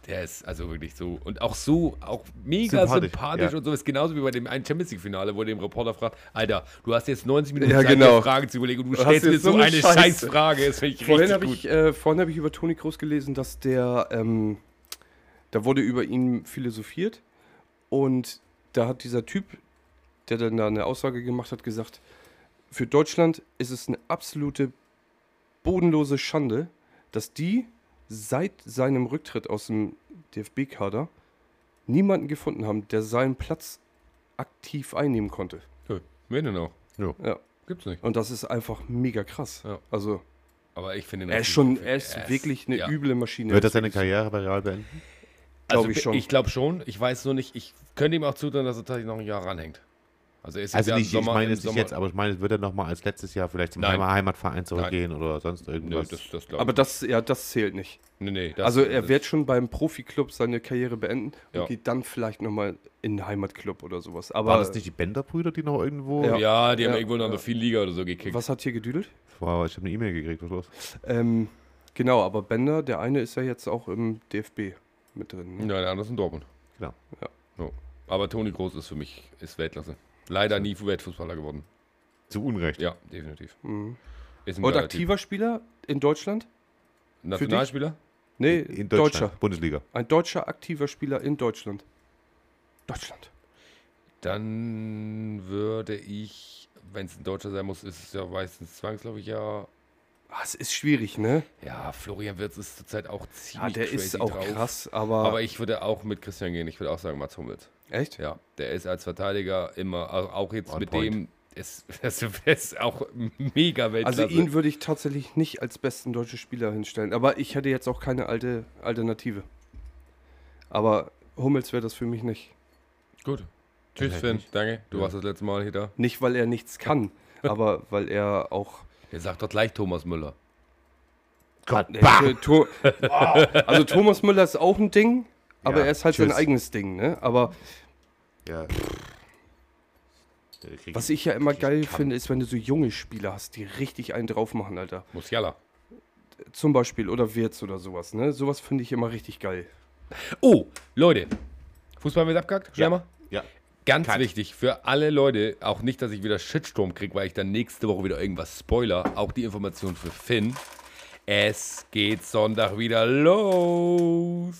A: Der ist also wirklich so und auch so auch mega
B: Sympathisch,
A: sympathisch,
B: ja.
A: und so ist genauso wie bei dem einen Champions League Finale, wo der dem Reporter fragt, Alter, du hast jetzt 90 Minuten
C: Ja,
A: Zeit,
C: genau.
A: dir Fragen zu überlegen und du
C: Hast
A: stellst
C: jetzt
A: mir so
C: so eine
A: eine
C: Scheiße.
A: Scheißfrage. Das finde ich
C: Vorhin
A: richtig
C: habe
A: gut.
C: ich, äh, vorhin hab ich über Toni Kroos gelesen, dass der, ähm, da wurde über ihn philosophiert und da hat dieser Typ, der dann da eine Aussage gemacht hat, gesagt, für Deutschland ist es eine absolute bodenlose Schande, dass die seit seinem Rücktritt aus dem DFB-Kader niemanden gefunden haben, der seinen Platz aktiv einnehmen konnte.
A: Nö. Hm, Wen denn auch?
B: Ja.
C: Ja.
A: Gibt's nicht.
C: Und das ist einfach mega krass.
A: Ja.
C: Also,
A: Aber ich finde ihn
C: er ist
A: natürlich
C: schon,
A: perfekt.
C: er ist wirklich eine
A: ja.
C: üble Maschine.
B: Wird das seine Karriere bei Real beenden?
A: Also,
C: Glaub ich
A: ich
C: schon.
A: schon. Ich glaube schon. Ich weiß nur nicht, ich könnte ihm auch zutrauen, dass er tatsächlich noch ein Jahr ranhängt. Also, er ist
B: Also
A: ja im
B: nicht, ich
A: Sommer-
B: meine
A: im
B: es nicht
A: Sommer-
B: jetzt, aber ich meine, wird er nochmal als letztes Jahr vielleicht zum
A: Nein.
B: Heimat- Heimatverein zurückgehen oder sonst
A: Nö,
B: irgendwas?
A: das, das glaube ich.
C: Aber das, ja, das zählt nicht.
A: nee, nee, das,
C: also er
A: das-
C: wird schon beim Profiklub seine Karriere beenden und
A: Ja.
C: geht dann vielleicht nochmal in den Heimatclub oder sowas. Aber
B: War das nicht die Bender-Brüder, die noch irgendwo?
C: Ja.
A: Ja, die haben
C: Ja,
A: irgendwo noch in der
C: ja.
A: vierten Liga oder so gekickt.
C: was hat hier gedüdelt?
B: Wow, ich habe eine E-Mail gekriegt, was ist los?
C: Ähm, genau, aber Bender, der eine ist ja jetzt auch im DFB mit drin. Ne?
A: Ja, der andere ist in Dortmund.
C: Genau.
B: Klar.
A: Ja. Ja. Aber Toni Groß ist für mich ist Weltklasse. Leider nie Weltfußballer geworden.
B: Zu Unrecht.
A: Ja, definitiv.
C: Mhm.
A: Ist ein
C: Und
A: geiler
C: aktiver Spieler in Deutschland?
A: Typ. Nationalspieler?
C: Nee,
B: In Deutschland,
C: Deutscher.
B: Bundesliga.
C: Ein deutscher aktiver Spieler in Deutschland. Deutschland.
A: Dann würde ich, wenn es ein Deutscher sein muss, ist es ja meistens zwangsläufig ja.
C: Ah, es ist schwierig, ne?
A: Ja, Florian Wirtz ist zurzeit auch ziemlich
C: Ja, der
A: crazy
C: ist auch
A: drauf.
C: krass, aber,
A: Aber ich würde auch mit Christian gehen. Ich würde auch sagen Mats Hummels.
C: echt?
A: Ja, der ist als Verteidiger immer, also auch jetzt
B: On
A: mit
B: point.
A: dem, ist, das ist auch mega Weltklasse.
C: Also ihn würde ich tatsächlich nicht als besten deutschen Spieler hinstellen, aber ich hätte jetzt auch keine alte Alternative. Aber Hummels wäre das für mich nicht.
A: Gut. Tschüss,
B: Vielleicht
A: Finn.
B: nicht.
A: Danke. Du
B: Ja.
A: warst das letzte Mal hier da.
C: Nicht, weil er nichts kann, aber weil er auch.
A: Ihr sagt doch gleich Thomas Müller.
B: Gott,
C: Nee, To- also Thomas Müller ist auch ein Ding, aber
B: Ja,
C: er ist halt sein
B: tschüss.
C: eigenes Ding, ne? Aber
B: Ja.
C: was ich ja immer geil finde, ist, wenn du so junge Spieler hast, die richtig einen drauf machen, Alter.
A: Musiala.
C: Zum Beispiel, oder Wirtz oder sowas, ne? Sowas finde ich immer richtig geil.
A: Oh, Leute. Fußball wird abgehakt?
B: Ja.
A: Schau mal.
B: Ja.
A: Ganz
B: Cut.
A: wichtig für alle Leute, auch nicht, dass ich wieder Shitstorm kriege, weil ich dann nächste Woche wieder irgendwas spoiler. Auch die Information für Finn. Es geht Sonntag wieder los.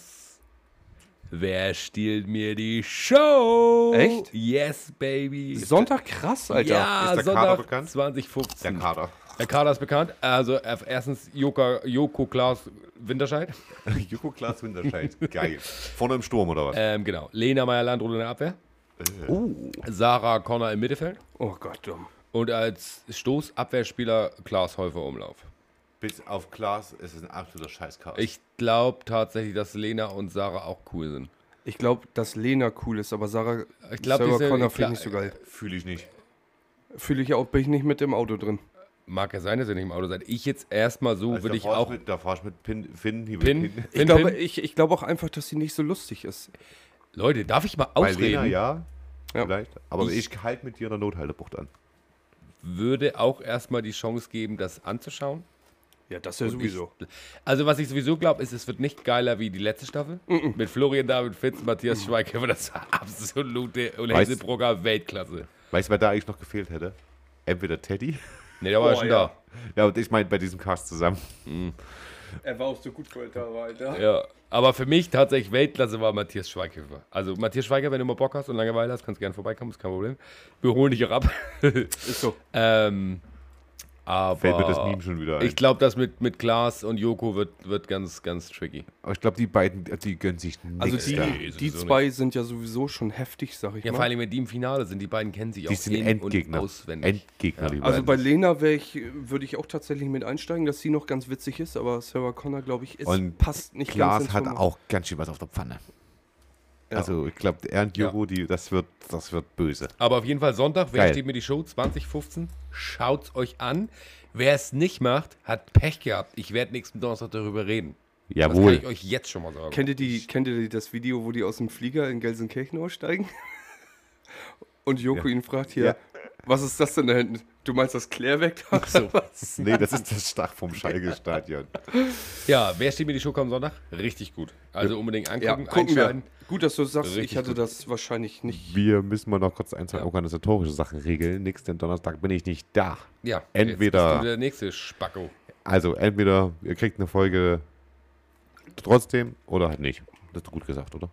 A: Wer stiehlt mir die Show?
C: Echt?
A: Yes, baby.
C: Sonntag krass, Alter.
A: Ja,
B: Ist der Kader
A: Sonntag
B: bekannt?
A: 2015.
B: Der Kader.
A: Der Kader ist bekannt. Also äh, erstens Joko, Joko Klaas Winterscheid.
B: Joko Klaas Winterscheid. Geil. Vorne im Sturm oder was?
A: Ähm, genau. Lena Meyer-Landrut in der Abwehr.
B: Oh.
A: Sarah Connor im Mittelfeld.
C: Oh Gott, dumm.
A: Und als Stoßabwehrspieler Klaas Häufer Umlauf.
B: Bis auf Klaas ist es ein absoluter Scheißkader.
A: Ich glaube tatsächlich, dass Lena und Sarah auch cool sind.
C: Ich glaube, dass Lena cool ist, aber Sarah,
A: Ich glaub,
C: Sarah
A: die ist-
C: Connor
A: ich
C: finde ich
A: glaub-
C: nicht so geil.
B: Fühle ich nicht.
C: Fühle ich auch, bin ich nicht mit im Auto drin.
A: Mag ja sein, dass ihr nicht im Auto seid. Ich jetzt erstmal so,
B: Also
A: würde
B: da
A: ich
B: fahrst
A: auch
B: Mit, da fahrst du mit Pin, Finn, hier
A: Pin,
B: Pin.
A: Pin,
C: Ich glaube,
A: Pin.
C: ich, ich glaube auch einfach, dass sie nicht so lustig ist.
A: Leute, darf ich mal
B: Bei
A: ausreden?
B: Lena, ja.
C: Ja.
B: Vielleicht. Aber
A: Ich-
B: ich, halte mit dir in der Nothaltebucht an.
A: Würde auch erstmal die Chance geben, das anzuschauen.
C: Ja, das ja sowieso.
A: Ich, also, was ich sowieso glaube, ist, es wird nicht geiler wie die letzte Staffel. Mit Florian David Fitz, Matthias Schweighöfer, das war absolute und
B: Weißt-
A: Hessebrugger Weltklasse.
B: Weißt du, wer da eigentlich noch gefehlt hätte? Entweder Teddy.
A: Nee, der war ja
C: Oh,
A: schon
C: ja.
B: Ja, und ich meine bei diesem Cast zusammen.
C: Er war auch so gut für Alter.
A: da. Ja. Aber für mich tatsächlich Weltklasse war Matthias Schweighöfer. Also, Matthias Schweighöfer, wenn du mal Bock hast und Langeweile hast, kannst du gerne vorbeikommen, ist kein Problem. Wir holen dich auch ab.
C: Ist so.
A: ähm, aber
B: Fällt mir das Meme schon wieder ein.
A: ich glaube, das mit, mit Klaas und Joko wird, wird ganz, ganz tricky.
B: aber ich glaube, die beiden, die gönnen sich nichts.
C: Also
A: da.
C: die,
A: Nee,
C: die
A: sowieso
C: zwei sind ja sowieso schon heftig, sag ich
A: Ja, vor
C: mal.
A: allem, wenn die im Finale sind, die beiden kennen sich auch
B: die sind
A: in-
B: Endgegner.
A: und auswendig.
B: Endgegner, die
C: Also
B: beiden.
C: bei Lena wär ich, würde ich auch tatsächlich mit einsteigen, dass sie noch ganz witzig ist, aber Sarah Connor, glaube ich, ist,
B: Und
C: passt nicht
B: Klaas
C: ins
B: hat
C: Format.
B: auch ganz schön was auf der Pfanne.
C: Ja.
B: Also ich glaube, er und Joko, die, das, wird, das wird böse.
A: Aber auf jeden Fall Sonntag, wer
B: Geil.
A: steht mir die Show 2015? Schaut's euch an. Wer es nicht macht, hat Pech gehabt. Ich werde nächsten Donnerstag darüber reden. Das kann ich
B: Jawohl.
A: euch jetzt schon mal sagen.
C: Kennt ihr, die, kennt ihr das Video, wo die aus dem Flieger in Gelsenkirchen aussteigen? Und Joko ihn fragt hier,
B: Ja.
C: was ist das denn da hinten? Du meinst das Klärwerk da? So. Was?
B: Nee, das ist das Stach vom Schalke-Stadion.
A: ja, wer steht mir die Show am Sonntag? Richtig gut. Also unbedingt
C: Ja,
A: angucken,
C: gucken wir.
A: einschalten.
C: Gut, dass du das sagst, ich
A: Richtig
C: hatte
A: gut.
C: das wahrscheinlich nicht.
B: Wir müssen mal noch kurz ein, zwei
A: Ja.
B: organisatorische Sachen regeln. Nächsten Donnerstag bin ich nicht da.
A: Ja,
B: Entweder-
A: Jetzt bist du der nächste Spacko.
B: Also entweder ihr kriegt eine Folge trotzdem oder halt nicht. Das ist gut gesagt, oder?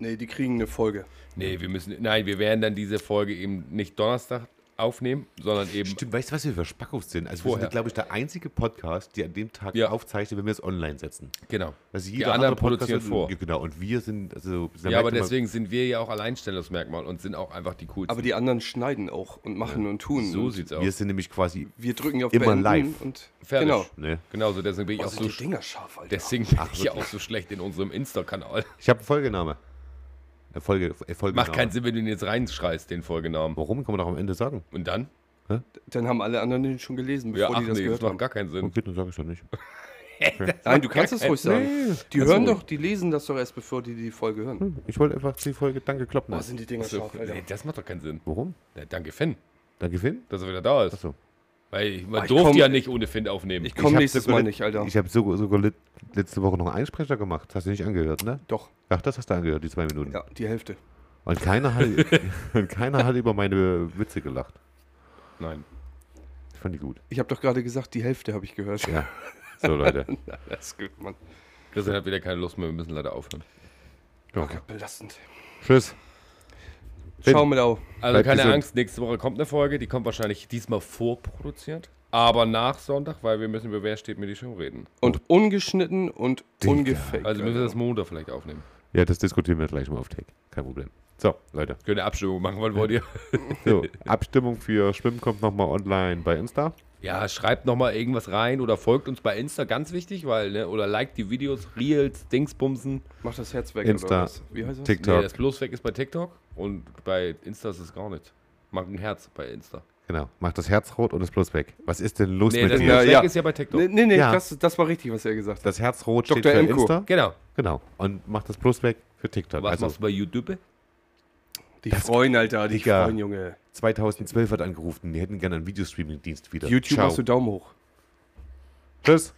C: Nee, die kriegen eine Folge.
A: Nee, wir müssen. Nein, wir werden dann diese Folge eben nicht Donnerstag aufnehmen, sondern eben
B: Stimmt, weißt du, was wir für Spackos sind? Also wir
A: Vorher.
B: sind, glaube ich, der einzige Podcast, der an dem Tag
A: Ja.
B: aufzeichnet, wenn wir es online setzen.
A: genau.
B: Also
A: Die
B: jeder
A: anderen
B: andere Podcast
A: produzieren
B: hat-
A: vor.
B: Genau, und wir sind, also... da
A: Ja,
B: merkt
A: aber
B: man-
A: deswegen sind wir ja auch Alleinstellungsmerkmal und sind auch einfach die coolsten.
C: Aber die anderen schneiden auch und machen und tun.
A: so
C: und
A: sieht's
B: Wir
A: aus.
B: sind nämlich quasi...
C: wir drücken auf
B: Immer
C: Beenden
B: live.
C: und
A: Fertig.
C: genau. Oh,
B: Ne?
A: Genauso, deswegen bin ich auch so sch-
C: Dinger scharf, Alter.
A: deswegen bin ich ja auch so schlecht in unserem Insta-Kanal.
C: Genau.
B: Ich habe einen Folgename. Äh, Folge, äh, Folgename.
A: Macht keinen Sinn, wenn du ihn jetzt reinschreist, den Folgenamen.
B: Warum? Kann man doch am Ende sagen.
A: Und dann?
C: Dann haben alle anderen den schon gelesen,
A: Ja,
C: bevor
A: ach
C: die das
A: nee, das
C: gehört
A: macht
C: haben.
A: gar keinen Sinn.
B: Okay, dann sage ich doch nicht.
C: Nein, du kannst es ruhig sagen. die
B: kannst du Hm.
C: hören
B: ruhig.
C: doch, die lesen das doch erst, bevor die die Folge hören.
B: Ich wollte einfach die Folge Danke kloppen.
C: Boah, sind die Dinger
A: So,
C: scharf, Alter.
A: Also, nee, das macht doch keinen Sinn.
B: Warum?
A: Na, danke, Finn,
B: Danke, Finn?
A: dass er wieder da ist.
B: Achso.
A: Weil ich, man
C: Ah, ich
A: durfte
C: komm-
A: ja nicht ohne Finn aufnehmen.
C: Ich komme
B: hab
C: nächstes
B: sogar
C: Mal
B: le-
C: nicht, Alter.
B: Ich habe sogar, sogar le- letzte Woche noch einen Einsprecher gemacht. Hast du nicht angehört, ne?
C: doch,
B: Ach, das hast du angehört, die zwei Minuten.
C: ja, die Hälfte.
B: Und keiner hat, und keiner hat über meine Witze gelacht.
A: Nein.
B: Ich fand die gut.
C: Ich habe doch gerade gesagt, die Hälfte habe ich gehört.
B: Ja. So, Leute.
C: Na, das ist gut, Mann.
A: Christian hat halt wieder keine Lust mehr, wir müssen leider aufhören.
B: Ja.
C: Belastend.
B: Tschüss. Finn.
C: Schau mit auf.
A: Also
B: Bleibt
A: keine
B: gesund.
A: Angst, nächste Woche kommt eine Folge, die kommt wahrscheinlich diesmal vorproduziert, aber nach Sonntag, weil wir müssen über Wer steht mir die Show reden.
C: Und ungeschnitten und
B: Digga.
C: ungefaked.
A: Also müssen wir das
C: Alter.
A: Montag vielleicht aufnehmen.
B: Ja, das diskutieren wir gleich mal auf Take. Kein Problem. So, Leute.
A: Könnt ihr Abstimmung machen, was wollt ihr?
B: So, Abstimmung für Schwimmen kommt nochmal online bei Insta.
A: Ja, schreibt nochmal irgendwas rein oder folgt uns bei Insta, ganz wichtig, weil, ne, oder liked die Videos, Reels, Dingsbumsen.
C: Mach das Herz weg.
B: Insta,
C: was? Wie heißt das?
A: Nee,
B: TikTok.
A: das bloß weg ist bei TikTok und bei Insta ist es gar nicht. Macht ein Herz bei Insta.
B: genau. Macht das Herz rot und ist bloß weg. Was ist denn los
A: Nee,
B: mit
A: das
B: dir?
A: bloß weg
C: Ja, ja.
A: ist ja bei TikTok.
C: Nee, nee, nee
B: Ja.
C: das, das war richtig, was er gesagt hat.
B: Das Herz rot
C: Dr.
B: steht für
C: Emko.
B: Insta.
A: Genau.
B: Genau. Und macht das bloß weg für TikTok.
A: Was
B: also
A: machst du bei YouTube?
C: Die freuen, Alter, die
B: Digga.
C: freuen, Junge.
B: 2012 hat angerufen, die hätten gerne einen Videostreaming-Dienst wieder.
C: YouTube
B: Ciao.
C: machst du Daumen hoch.
B: Tschüss.